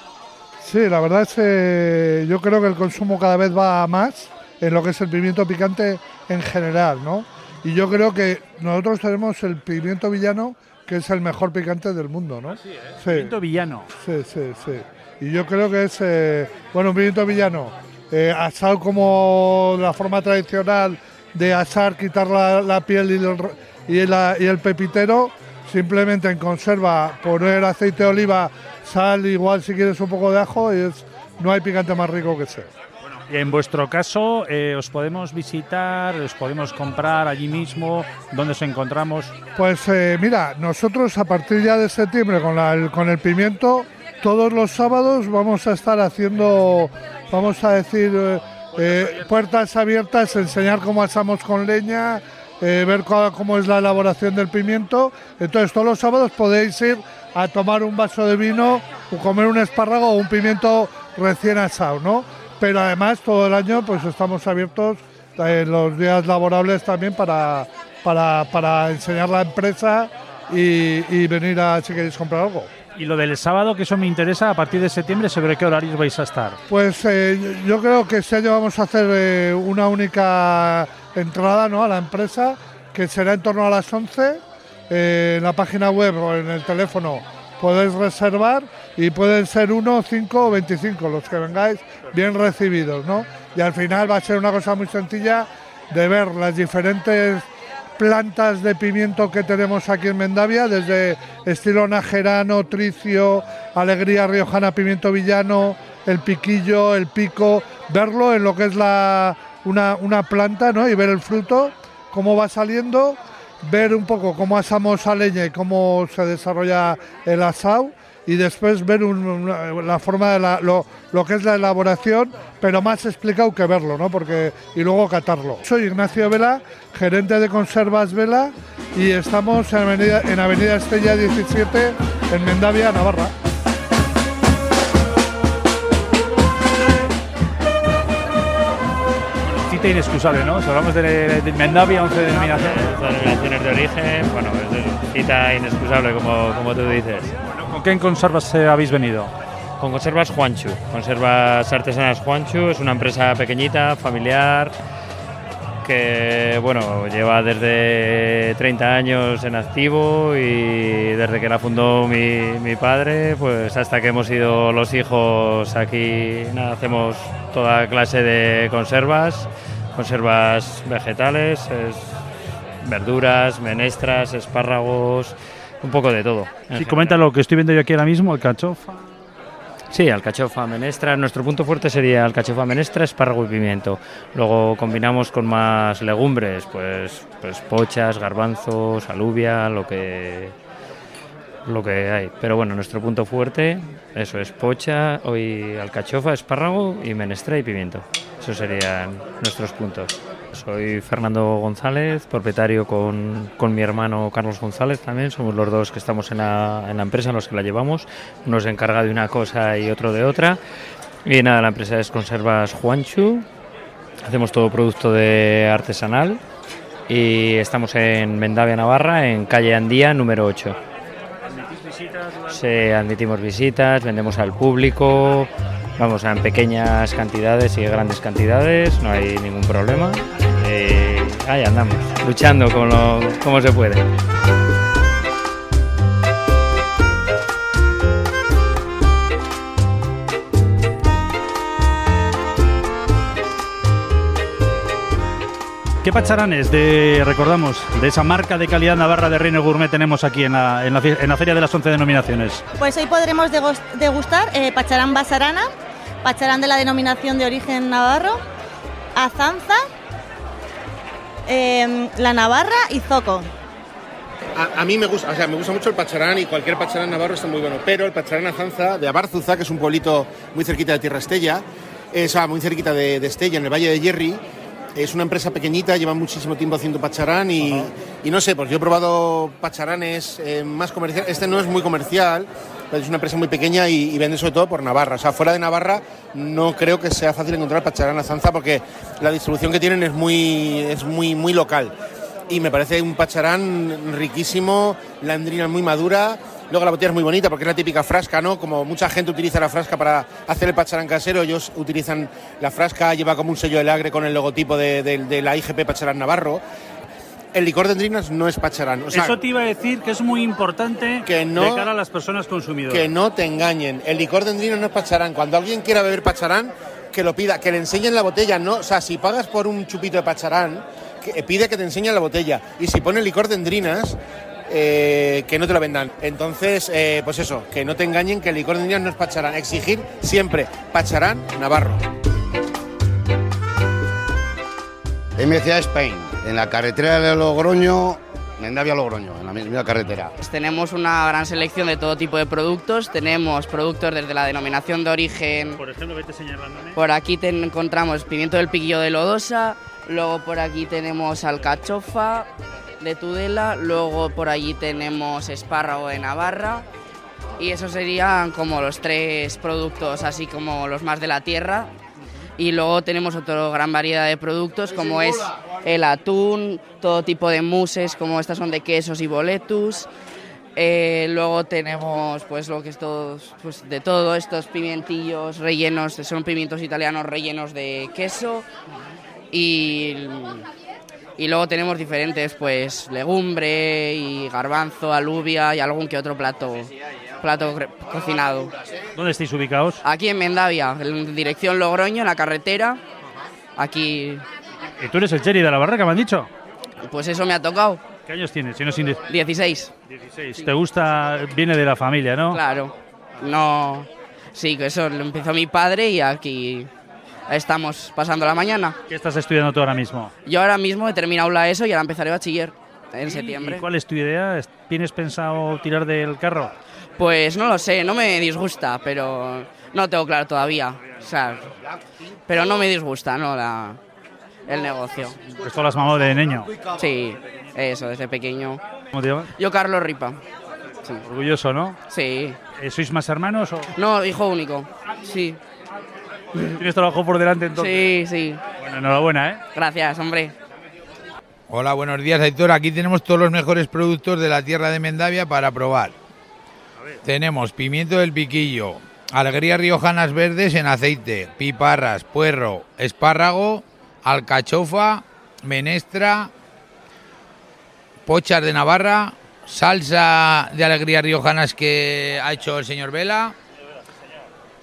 S14: Sí, la verdad es que yo creo que el consumo cada vez va a más en lo que es el pimiento picante en general, ¿no? Y yo creo que nosotros tenemos el pimiento villano, que es el mejor picante del mundo, ¿no?
S2: Así, ¿eh? sí. Pimiento villano.
S14: Sí, sí, sí. Y yo creo que es, eh, bueno, un pimiento villano, eh, asado como la forma tradicional, de asar, quitar la, la piel y, los, y, la, y, el pepitero, simplemente en conserva, poner aceite de oliva, sal, igual si quieres un poco de ajo, y es, no hay picante más rico que ese.
S2: Y en vuestro caso, eh, ¿os podemos visitar, os podemos comprar allí mismo? ¿Dónde os encontramos?
S14: Pues eh, mira, nosotros a partir ya de septiembre con, la, el, con el pimiento todos los sábados vamos a estar haciendo, vamos a decir, eh, eh, puertas abiertas, enseñar cómo asamos con leña, eh, ver cua- cómo es la elaboración del pimiento. Entonces todos los sábados podéis ir a tomar un vaso de vino, o comer un espárrago o un pimiento recién asado, ¿no? Pero además todo el año pues estamos abiertos en los días laborables también para, para, para enseñar la empresa y, y venir a si queréis comprar algo.
S2: Y lo del sábado, que eso me interesa, a partir de septiembre, ¿sobre qué horarios vais a estar?
S14: Pues eh, yo creo que este año vamos a hacer eh, una única entrada ¿no? a la empresa, que será en torno a las 11. Eh, en la página web o en el teléfono podéis reservar y pueden ser 1, 5 o 25 los que vengáis bien recibidos. ¿no? Y al final va a ser una cosa muy sencilla de ver las diferentes plantas de pimiento que tenemos aquí en Mendavia, desde estilo najerano, tricio, alegría riojana, pimiento villano, el piquillo, el pico, verlo en lo que es la, una, una planta ¿no? y ver el fruto, cómo va saliendo, ver un poco cómo asamos a leña y cómo se desarrolla el asado y después ver un- una- la forma de la- lo, lo que es la elaboración, pero más explicado que verlo, ¿no? Porque y luego catarlo. Soy Ignacio Vela, gerente de Conservas Vela y estamos en Avenida, en Avenida Estella 17 en Mendavia, Navarra.
S2: Cita inexcusable, ¿no? Si hablamos de, de Mendavia, 11 denominaciones.
S8: denominaciones de origen, bueno, es de cita inexcusable, como, como tú dices.
S2: ¿Con qué conservas eh, habéis venido?
S8: Con Conservas Juanchu, Conservas Artesanas Juanchu, es una empresa pequeñita, familiar, que bueno, lleva desde 30 años en activo y desde que la fundó mi, mi padre, pues hasta que hemos sido los hijos aquí, nada, hacemos toda clase de conservas, conservas vegetales, es- verduras, menestras, espárragos, un poco de todo. en
S2: Sí,
S8: general.
S2: comenta lo que estoy viendo yo aquí ahora mismo, el cachofa.
S8: Sí, alcachofa, menestra. Nuestro punto fuerte sería alcachofa, menestra, espárrago y pimiento. Luego combinamos con más legumbres, pues, pues pochas, garbanzos, alubia, lo que lo que hay. Pero bueno, nuestro punto fuerte, eso es pocha, hoy alcachofa, espárrago y menestra y pimiento. Esos serían nuestros puntos. Soy Fernando González, propietario con, con mi hermano Carlos González también. Somos los dos que estamos en la, en la empresa, los que la llevamos. Uno se encarga de una cosa y otro de otra. Y nada, la empresa es Conservas Juanchu. Hacemos todo producto de artesanal. Y estamos en Mendavia, Navarra, en calle Andía número 8. Se admitimos visitas, vendemos al público, vamos en pequeñas cantidades y grandes cantidades, no hay ningún problema. Eh, ahí andamos, luchando como, lo- como se puede.
S2: ¿Qué pacharanes de, recordamos, de esa marca de calidad navarra de Reino Gourmet tenemos aquí en la, en la, fie- en la Feria de las 11 denominaciones?
S15: Pues hoy podremos degos- degustar eh, pacharán basarana, pacharán de la denominación de origen navarro, azanza, em, la navarra y zoco.
S11: A, a mí me gusta, o sea, me gusta mucho el pacharán y cualquier pacharán navarro está muy bueno, pero el pacharán azanza de Abarzuza, que es un pueblito muy cerquita de Tierra Estella, eh, o sea, muy cerquita de, de Estella, en el Valle de Jerry, es una empresa pequeñita, lleva muchísimo tiempo haciendo pacharán y, y no sé, pues yo he probado pacharanes eh, más comerciales, este no es muy comercial, pero es una empresa muy pequeña y, y vende sobre todo por Navarra, o sea, fuera de Navarra no creo que sea fácil encontrar pacharán azanza porque la distribución que tienen es muy, es muy, muy local y me parece un pacharán riquísimo, la endrina es muy madura. Luego la botella es muy bonita porque es la típica frasca, ¿no? Como mucha gente utiliza la frasca para hacer el pacharán casero, ellos utilizan la frasca, lleva como un sello de lagre con el logotipo de, de- de la IGP Pacharán Navarro. El licor de endrinas no es pacharán. O sea,
S2: Eso te iba a decir que es muy importante
S11: Pues Que no-
S2: de cara a las personas consumidoras.
S11: que no te engañen. El licor de endrina no es pacharán. Cuando alguien quiera beber pacharán, que lo pida, que le enseñen la botella. No, o sea, si pagas por un chupito de pacharán, que- eh, pide que te enseñen la botella. Y si pone licor de endrinas, eh, que no te lo vendan. Entonces, eh, pues eso, que no te engañen, que el licor de endrinas no es pacharán. Exigir siempre pacharán navarro.
S16: MCA Spain, en la carretera de Logroño Mendavia-Logroño, en la misma carretera.
S17: Pues tenemos una gran selección de todo tipo de productos. Tenemos productos desde la denominación de origen.
S2: Por ejemplo, vete ¿eh? señalándome.
S17: Por aquí te encontramos pimiento del piquillo de Lodosa. Luego por aquí tenemos alcachofa de Tudela. Luego por allí tenemos espárrago de Navarra. Y esos serían como los tres productos, así como los más de la tierra. Y luego tenemos otra gran variedad de productos, como es el atún, todo tipo de muses, como estas son de quesos y boletus. Eh, luego tenemos pues lo que es todo, pues, de todo, estos pimientillos rellenos, son pimientos italianos rellenos de queso. Y, y luego tenemos diferentes, pues legumbre y garbanzo, alubia y algún que otro plato, plato cre- cocinado.
S2: ¿Dónde estáis ubicados?
S17: Aquí en Mendavia, en dirección Logroño, en la carretera. Aquí,
S2: ¿Y tú eres el cherry de la barraca, me han dicho?
S17: pues eso me ha tocado.
S2: ¿Qué años tienes? Si no, sin-
S17: 16.
S2: 16. ¿Te gusta? Viene de la familia, ¿no?
S17: Claro. No. Sí, que eso lo empezó mi padre y aquí estamos pasando la mañana.
S2: ¿Qué estás estudiando tú ahora mismo?
S17: Yo ahora mismo he terminado la ESO y ahora empezaré bachiller en septiembre.
S2: ¿Y cuál es tu idea? ¿Tienes pensado tirar del carro?
S17: Pues no lo sé, no me disgusta, pero no lo tengo claro todavía. O sea, pero no me disgusta, ¿no? La, el negocio.
S2: Esto lo has mamado de niño.
S17: Sí, eso, desde pequeño.
S2: ¿Cómo te llamas?
S17: Yo, Carlos Ripa.
S2: Orgulloso, ¿no?
S17: Sí.
S2: Eh, ¿Sois más hermanos o...?
S17: No, hijo único. Sí.
S2: ¿Tienes trabajo por delante entonces?
S17: Sí, sí.
S2: Bueno, enhorabuena, ¿eh?
S17: Gracias, hombre.
S18: Hola, buenos días, Aitor. Aquí tenemos todos los mejores productos de la tierra de Mendavia para probar. Tenemos pimiento del piquillo, alegrías riojanas verdes en aceite, piparras, puerro, espárrago, alcachofa, menestra, pochas de Navarra, salsa de alegrías riojanas que ha hecho el señor Vela.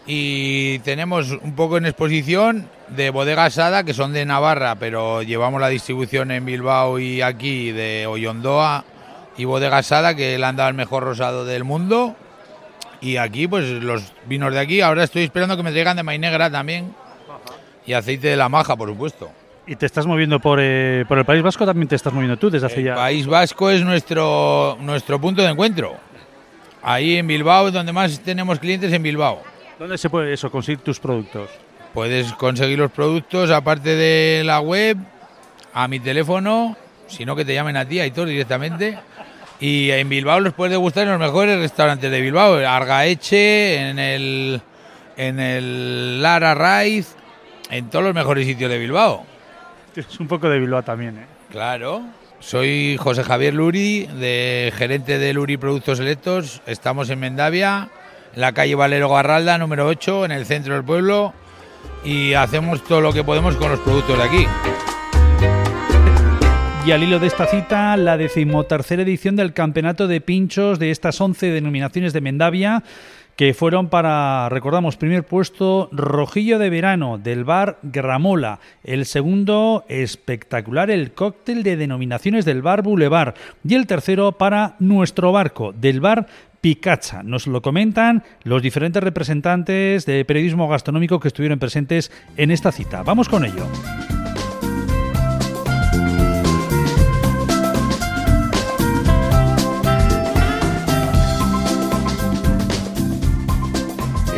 S18: Y tenemos un poco en exposición de bodega asada, que son de Navarra, pero llevamos la distribución en Bilbao y aquí de Ollondoa y bodega asada, que le han dado el mejor rosado del mundo. Y aquí, pues los vinos de aquí. Ahora estoy esperando que me traigan de Mainegra también. Y aceite de la maja, por supuesto.
S2: ¿Y te estás moviendo por, eh, por el País Vasco? ¿También te estás moviendo tú desde hace ya...?
S18: País Vasco es nuestro, nuestro punto de encuentro. Ahí en Bilbao es donde más tenemos clientes en Bilbao.
S2: ¿Dónde se puede eso, conseguir tus productos?
S18: Puedes conseguir los productos aparte de la web, a mi teléfono, sino que te llamen a ti, Aitor, directamente. Y en Bilbao los puedes degustar en los mejores restaurantes de Bilbao, en Argaeche, en el, en el Lara Raiz, en todos los mejores sitios de Bilbao.
S2: Tienes un poco de Bilbao también, ¿eh?
S18: Claro. Soy José Javier Luri, de gerente de Luri Productos Selectos. Estamos en Mendavia, en la calle Valero Garralda, número 8, en el centro del pueblo. Y hacemos todo lo que podemos con los productos de aquí.
S2: Y al hilo de esta cita, la decimotercera edición del Campeonato de Pinchos de estas 11 denominaciones de Mendavia, que fueron para, recordamos, primer puesto Rojillo de Verano del bar Gramola, el segundo espectacular el cóctel de denominaciones del bar Boulevard y el tercero para Nuestro Barco del bar Picacha. Nos lo comentan los diferentes representantes de periodismo gastronómico que estuvieron presentes en esta cita. Vamos con ello.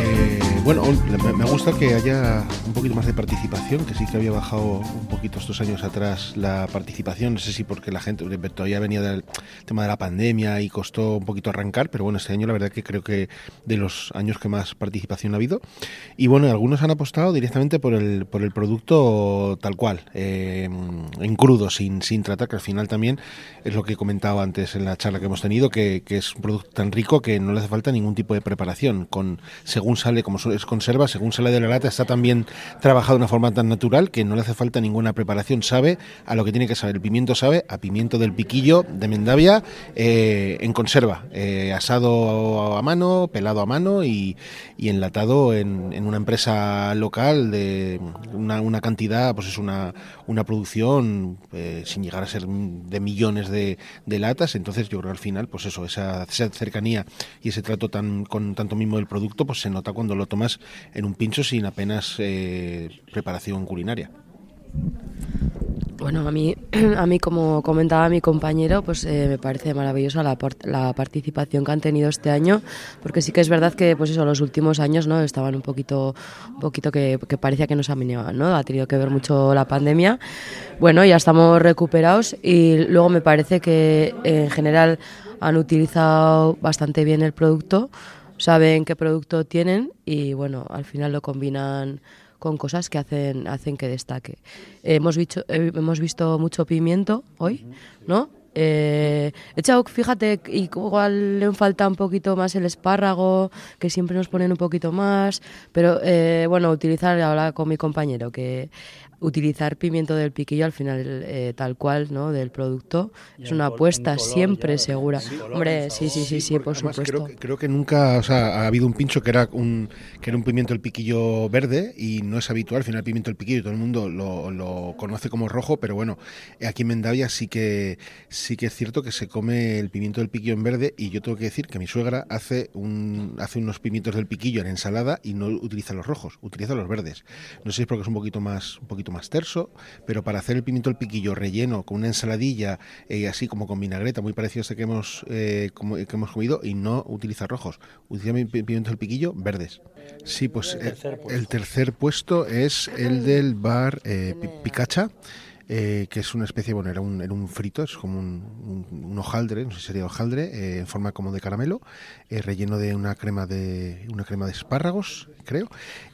S19: Eh, bueno, me- me gusta que haya un poquito más de participación, que sí que había bajado un poquito estos años atrás la participación. No sé si porque la gente eh, todavía venía del tema de la pandemia y costó un poquito arrancar, pero bueno, este año la verdad que creo que de los años que más participación ha habido. Y bueno, algunos han apostado directamente por el, por el producto tal cual, eh, en crudo, sin, sin tratar, que al final también es lo que he comentado antes en la charla que hemos tenido, que, que es un producto tan rico que no le hace falta ningún tipo de preparación. Con, según sale, como es conserva, según sale de la lata, está tan bien trabajado de una forma tan natural que no le hace falta ninguna preparación. Sabe a lo que tiene que saber. El pimiento sabe a pimiento del piquillo de Mendavia eh, en conserva, eh, asado a mano, pelado a mano y, y enlatado en, en una empresa local de una, una cantidad, pues es una, una producción eh, sin llegar a ser de millones de, de latas. Entonces yo creo que al final, pues eso, esa, esa cercanía y ese trato tan con tanto mismo del producto, pues se nota cuando lo tomas en un pincho sin apenas eh, preparación culinaria.
S20: Bueno, a mí, a mí como comentaba mi compañero, pues eh, me parece maravillosa la, par- la participación que han tenido este año, porque sí que es verdad que, pues eso, los últimos años, ¿no? Estaban un poquito, un poquito que, que parecía que nos amineaban, ¿no? Ha tenido que ver mucho la pandemia. Bueno, ya estamos recuperados y luego me parece que en general han utilizado bastante bien el producto, saben qué producto tienen y bueno, al final lo combinan con cosas que hacen, hacen que destaque. hemos, visto, hemos visto mucho pimiento hoy, ¿no? Eh, he echado, fíjate, y igual le falta un poquito más el espárrago, que siempre nos ponen un poquito más, pero eh, bueno, utilizar, ahora con mi compañero, que utilizar pimiento del piquillo al final eh, tal cual, ¿no? Del producto,
S19: Y
S20: es
S19: en
S20: una
S19: col- en
S20: apuesta
S19: color
S20: siempre
S19: ya,
S20: segura.
S19: sí, color,
S20: Hombre,
S19: en
S20: sí, sí, sí, sí, por
S19: Además,
S20: supuesto.
S19: Creo que, creo que nunca, o sea, ha habido un pincho que era un que era un pimiento el piquillo verde y no es habitual. Al final, el pimiento el piquillo todo el mundo lo, lo conoce como rojo, pero bueno, aquí en Mendavia sí que sí que es cierto que se come el pimiento del piquillo en verde y yo tengo que decir que mi suegra hace un hace unos pimientos del piquillo en ensalada y no utiliza los rojos, utiliza los verdes. No sé si es porque es un poquito más un poquito más terso, pero para hacer el pimiento del piquillo relleno con una ensaladilla eh, así como con vinagreta, muy parecido a este que hemos, eh, como- que hemos comido, y no utiliza rojos, utiliza mi- pi- pimientos del piquillo verdes. Sí, pues eh, el tercer, puesto es el del bar eh, Pi- Picacha. eh, que es una especie, bueno, era un, era un frito, es como un, un- un hojaldre, no sé si sería hojaldre, eh, en forma como de caramelo, eh, relleno de una crema de una crema de espárragos, creo,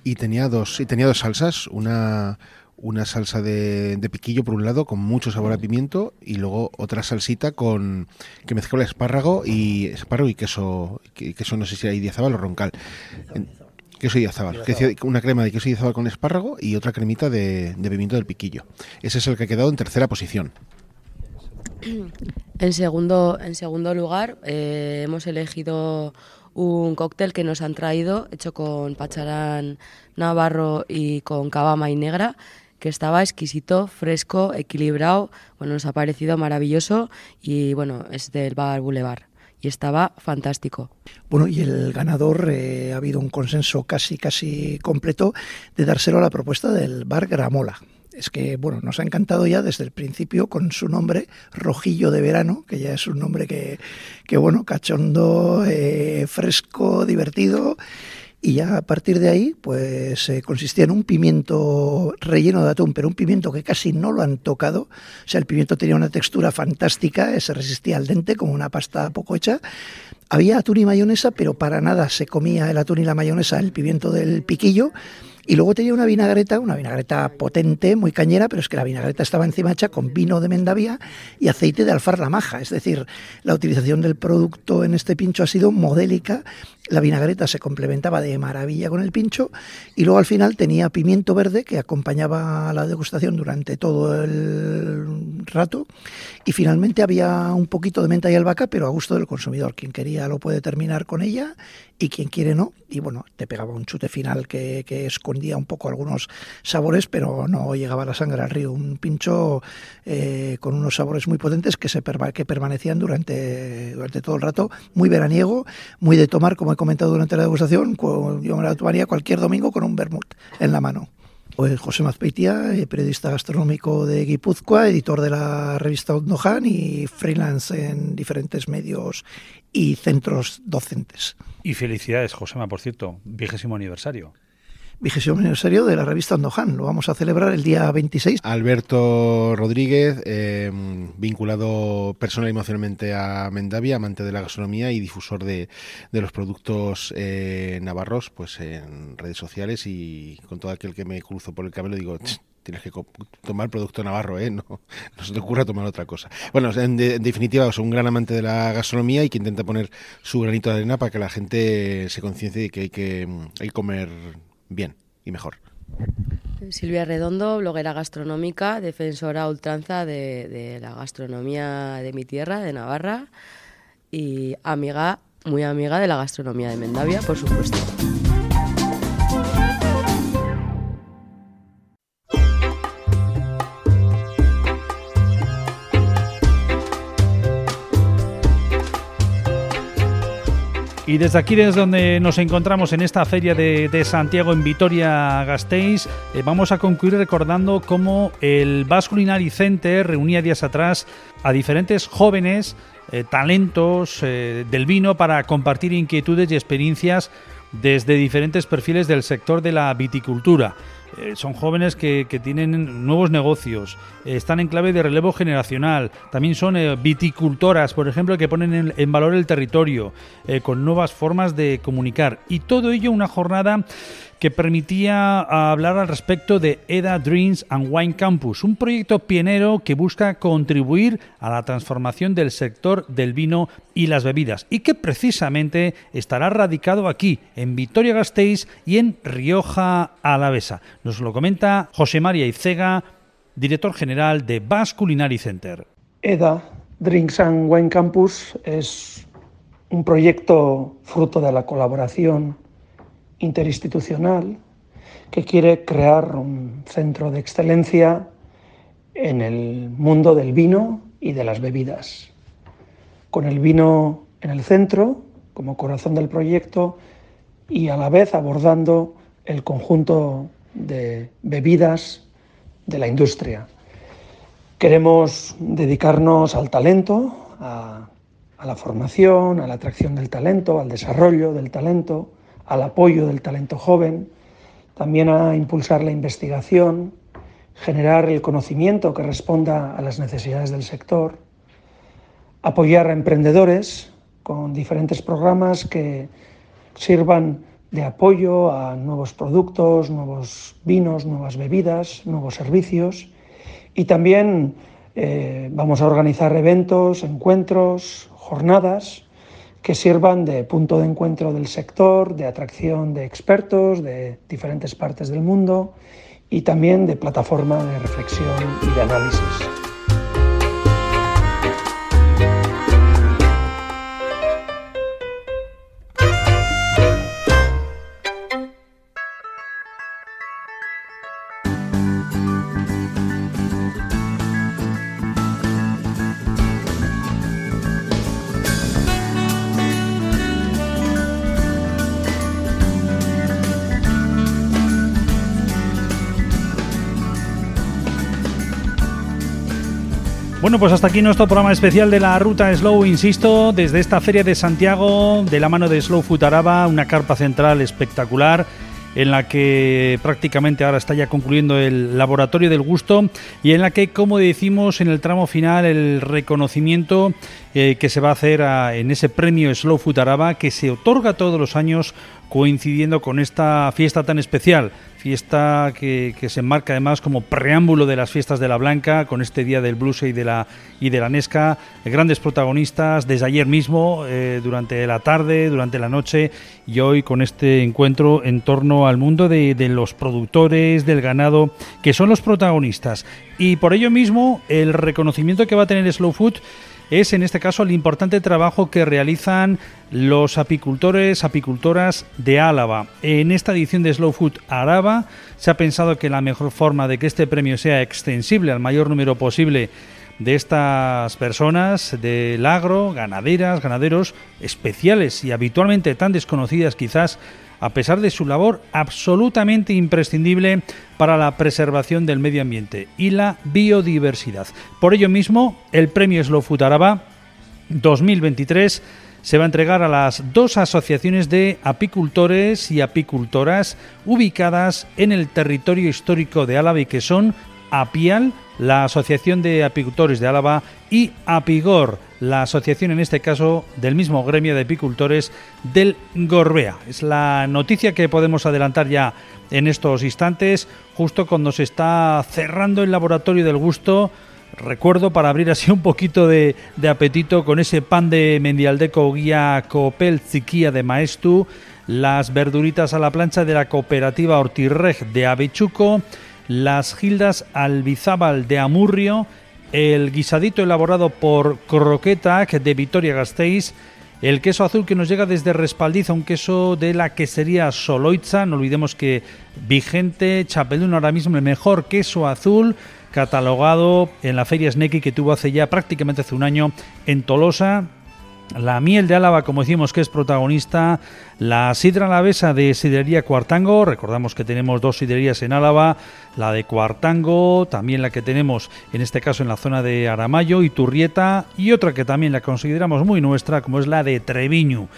S19: y tenía dos y tenía dos salsas, una una salsa de, de piquillo por un lado con mucho sabor a pimiento y luego otra salsita con que mezcló el espárrago y espárrago y queso que- queso no sé si era idiazabal o roncal En- queso idiazabal que decía- una crema de queso idiazabal con espárrago y otra cremita de, de pimiento del piquillo ese es el que ha quedado en tercera posición
S20: En segundo, en segundo lugar, eh, hemos elegido un cóctel que nos han traído, hecho con pacharán navarro y con cava y negra, que estaba exquisito, fresco, equilibrado. Bueno, nos ha parecido maravilloso y bueno, es del Bar Boulevard y estaba fantástico.
S21: Bueno, y el ganador eh, ha habido un consenso casi casi completo de dárselo a la propuesta del bar Gramola. Es que, bueno, nos ha encantado ya desde el principio con su nombre, Rojillo de Verano, que ya es un nombre que, que bueno, cachondo, eh, fresco, divertido. Y ya a partir de ahí, pues eh, consistía en un pimiento relleno de atún, pero un pimiento que casi no lo han tocado. O sea, el pimiento tenía una textura fantástica, eh, se resistía al dente como una pasta poco hecha. Había atún y mayonesa, pero para nada se comía el atún y la mayonesa, el pimiento del piquillo. Y luego tenía una vinagreta, una vinagreta potente, muy cañera, pero es que la vinagreta estaba encima hecha con vino de Mendavia y aceite de alfarra maja. Es decir, la utilización del producto en este pincho ha sido modélica. La vinagreta se complementaba de maravilla con el pincho y luego al final tenía pimiento verde que acompañaba la degustación durante todo el rato. Y finalmente había un poquito de menta y albahaca, pero a gusto del consumidor. Quien quería lo puede terminar con ella y quien quiere no. Y bueno, te pegaba un chute final que, que escondía un poco algunos sabores, pero no llegaba la sangre al río. Un pincho eh, con unos sabores muy potentes que, se perma- que permanecían durante, durante todo el rato. Muy veraniego, muy de tomar, como he comentado durante la degustación. cu- Yo me la tomaría cualquier domingo con un vermut en la mano. Pues José Mazpeitia, eh, periodista gastronómico de Guipúzcoa, editor de la revista Ondojan y freelance en diferentes medios y centros docentes.
S2: Y felicidades, Josema, por cierto, vigésimo aniversario.
S21: Vigésimo aniversario de la revista Ondojan, lo vamos a celebrar el día 26.
S19: Alberto Rodríguez, eh, vinculado personal y emocionalmente a Mendavia, amante de la gastronomía y difusor de, de los productos eh, navarros, pues en redes sociales y con todo aquel que me cruzo por el camino digo... "Ch, Tienes que co- tomar producto navarro, ¿eh? No, no se te ocurra tomar otra cosa. Bueno, en, de- en definitiva, es un gran amante de la gastronomía y que intenta poner su granito de arena para que la gente se conciencie de que hay que, mm, hay que comer bien y mejor.
S20: Silvia Redondo, bloguera gastronómica, defensora a ultranza de, de la gastronomía de mi tierra, de Navarra, y amiga, muy amiga de la gastronomía de Mendavia, por supuesto.
S2: Y desde aquí, desde donde nos encontramos en esta feria de, de Santiago en Vitoria-Gasteiz, eh, vamos a concluir recordando cómo el Vasculinary Center reunía días atrás a diferentes jóvenes eh, talentos eh, del vino para compartir inquietudes y experiencias desde diferentes perfiles del sector de la viticultura. Eh, son jóvenes que, que tienen nuevos negocios, eh, están en clave de relevo generacional, también son eh, viticultoras, por ejemplo, que ponen en, en valor el territorio, eh, con nuevas formas de comunicar. Y todo ello una jornada que permitía ah, hablar al respecto de EDA Dreams and Wine Campus, un proyecto pionero que busca contribuir a la transformación del sector del vino y las bebidas, y que precisamente estará radicado aquí, en Vitoria-Gasteiz y en Rioja Alavesa. Nos lo comenta José María Icega, director general de Basque Culinary Center.
S1: EDA, E Drinks and Wine Campus, es un proyecto fruto de la colaboración interinstitucional que quiere crear un centro de excelencia en el mundo del vino y de las bebidas. Con el vino en el centro, como corazón del proyecto, y a la vez abordando el conjunto de bebidas de la industria. Queremos dedicarnos al talento, a, a la formación, a la atracción del talento, al desarrollo del talento, al apoyo del talento joven, también a impulsar la investigación, generar el conocimiento que responda a las necesidades del sector, apoyar a emprendedores con diferentes programas que sirvan de apoyo a nuevos productos, nuevos vinos, nuevas bebidas, nuevos servicios y también eh, vamos a organizar eventos, encuentros, jornadas que sirvan de punto de encuentro del sector, de atracción de expertos de diferentes partes del mundo y también de plataforma de reflexión y de análisis.
S2: Bueno, pues hasta aquí nuestro programa especial de la ruta Slow, insisto, desde esta feria de Santiago, de la mano de Slow Futaraba, una carpa central espectacular en la que prácticamente ahora está ya concluyendo el laboratorio del gusto y en la que, como decimos en el tramo final, el reconocimiento eh, que se va a hacer a- en ese premio Slow Futaraba que se otorga todos los años coincidiendo con esta fiesta tan especial, fiesta que, que se enmarca además como preámbulo de las fiestas de la Blanca, con este día del blues y de la, y de la Nesca, grandes protagonistas desde ayer mismo, eh, durante la tarde, durante la noche y hoy con este encuentro en torno al mundo de, de los productores, del ganado, que son los protagonistas. Y por ello mismo, el reconocimiento que va a tener Slow Food es en este caso el importante trabajo que realizan los apicultores, apicultoras de Álava. En esta edición de Slow Food Araba se ha pensado que la mejor forma de que este premio sea extensible al mayor número posible de estas personas del agro, ganaderas, ganaderos especiales y habitualmente tan desconocidas quizás, a pesar de su labor absolutamente imprescindible para la preservación del medio ambiente y la biodiversidad. Por ello mismo, el premio Slow Food Araba 2023 se va a entregar a las dos asociaciones de apicultores y apicultoras ubicadas en el territorio histórico de Álava y que son APIAL, la Asociación de Apicultores de Álava, y APIGOR, la asociación en este caso del mismo gremio de apicultores del Gorbea. Es la noticia que podemos adelantar ya en estos instantes, justo cuando se está cerrando el laboratorio del gusto. Recuerdo para abrir así un poquito de, de apetito con ese pan de Mendialdeco guía Copel Ziquía de Maestu, las verduritas a la plancha de la cooperativa Ortirrej de Avechuco, las gildas Albizábal de Amurrio, el guisadito elaborado por Croquetac de Vitoria Gasteiz, el queso azul que nos llega desde Respaldiza, un queso de la quesería Soloitza, no olvidemos que vigente, Chapelún ahora mismo el mejor queso azul catalogado en la feria Sneki que tuvo hace ya prácticamente hace un año en Tolosa, La miel de Álava, como decimos, que es protagonista. La sidra alavesa de Sidrería Cuartango. Recordamos que tenemos dos sidrerías en Álava. La de Cuartango, también la que tenemos en este caso en la zona de Aramayo y Turrieta. Y otra que también la consideramos muy nuestra, como es la de Treviño.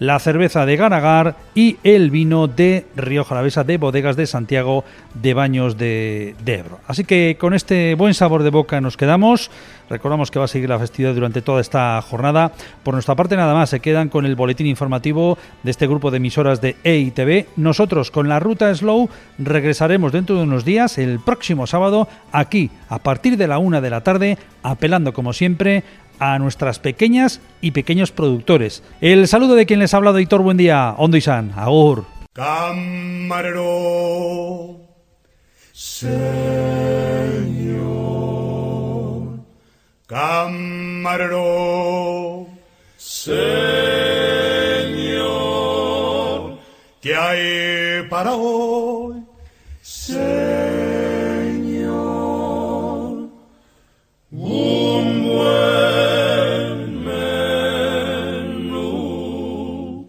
S2: La cerveza de Garagar y el vino de Rioja Alavesa de Bodegas de Santiago de Baños de, de Ebro. Así que con este buen sabor de boca nos quedamos. Recordamos que va a seguir la festividad durante toda esta jornada. Por nuestra parte nada más, se quedan con el boletín informativo de este grupo de emisoras de E EITV. Nosotros con la ruta Slow regresaremos dentro de unos días, el próximo sábado, aquí a partir de la una de la tarde, apelando como siempre a nuestras pequeñas y pequeños productores. El saludo de quien les ha hablado, Hitor, buen día, Ondo y San, Agur.
S5: Camarero, señor. Camarero, señor. ¿Qué hay para hoy, señor? Un buen menú.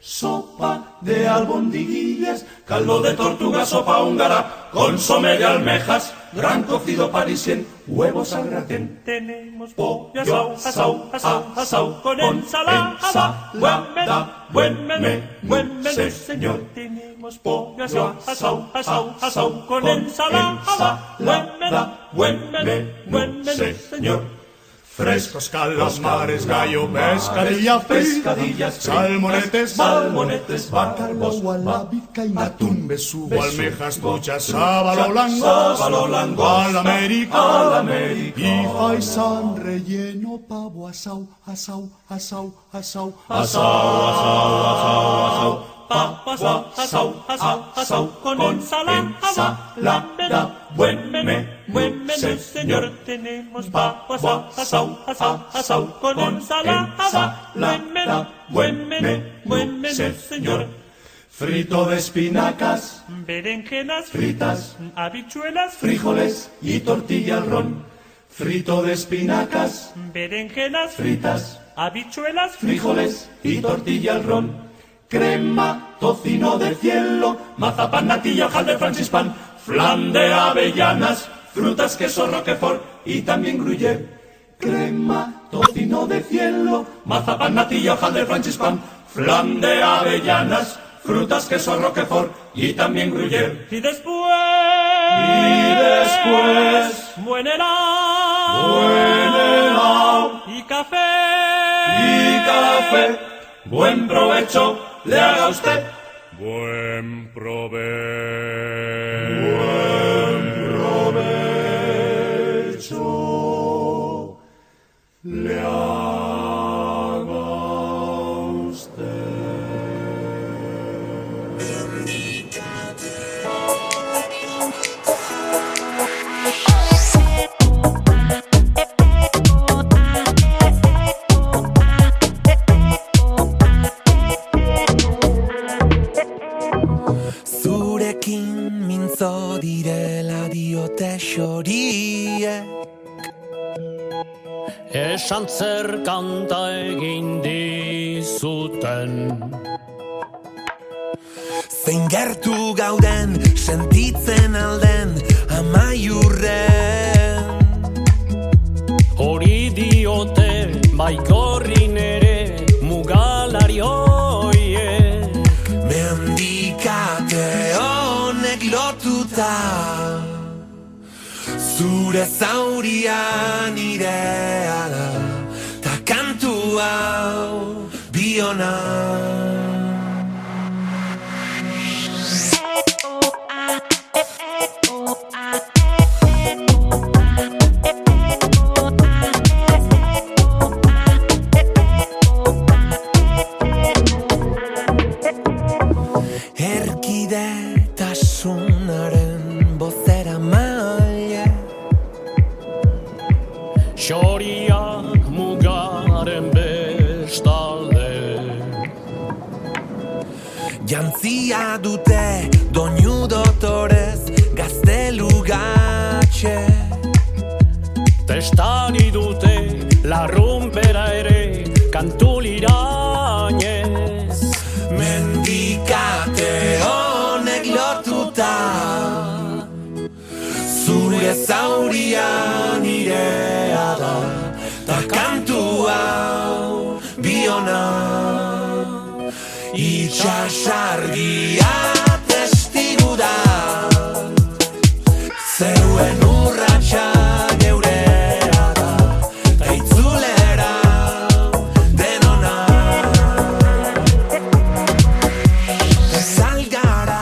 S5: Sopa de albondiguillas, caldo de tortuga, sopa húngara, consome de almejas, gran cocido parisien, huevos al gratén. Tenemos pollo asau, asau, asau, asau, con ensalada, buen menú, buen menú, señor. Tenemos pollo asau, asau, asau, asau, con ensalada, buen menú, buen menú, señor. Frescos calamares, gallo, pescadilla, pescadillas, salmonetes, salmonetes, bárbaros, atún, besugo, almejas, duchas, sábalo,
S22: sábalo,
S5: langos,
S22: langosta,
S5: al América,
S22: al
S5: América, y
S22: América.
S5: faisán relleno, pavo, asau, asau, asau, asau, asau, asau, asau, asau, papas, asau, asau, asau, con ensalada, buen menú, buen menú, señor, tenemos papas, asau, asau, asau, con ensalada, buen menú, buen menú, buen menú, señor. Frito de espinacas, berenjenas fritas, habichuelas, frijoles y tortilla al ron. Frito de espinacas, berenjenas fritas, habichuelas, frijoles y tortilla al ron. Crema, tocino de cielo, mazapán, natilla, hojal de francispan, flan de avellanas, frutas, queso, roquefort y también gruyere. Crema, tocino de cielo, mazapán, natilla, hojal de francispan, flan de avellanas, frutas, queso, roquefort y también gruyere. Y después, y después, buen helado, buen helado, y café, y café, buen provecho le haga usted. Buen provecho. Buen provecho. Le haga usted.
S23: Zurekin mintzo direla diote xoriek
S24: Esan zer kanta egin dizuten
S23: Zein gertu gauden, sentitzen alden, amaiurren
S24: Hori diote baikorrin ere mugalari hoie
S23: Mendikate honek lotuta Zure zauria nirea da Ta kantu hau biona Erkide tasunaren maila dute doinu dotorez gaztelugatxe
S24: Testan idute larrumpera ere kantu lirainez
S23: Mendikate honek lotuta Zure zauria nirea da Ta kantu hau biona Itxasargia testigu da Zeuen urratxa geurea da Ta itzulera denona Ez algara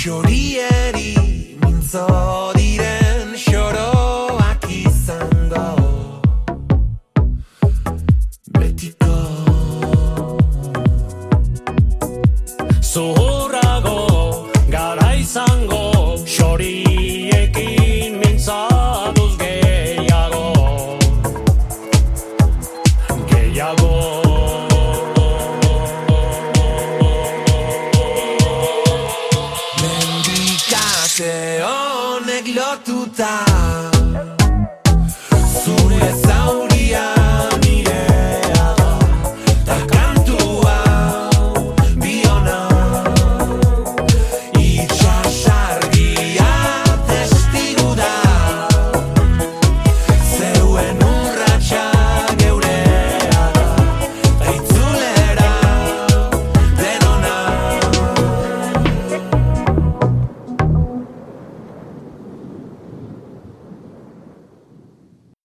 S23: xorieri Mintzo diren xoroak izango
S24: Zuhurrago gara izango Xoriekin mintzatuz gehiago Gehiago
S23: Mendikate honek lotuta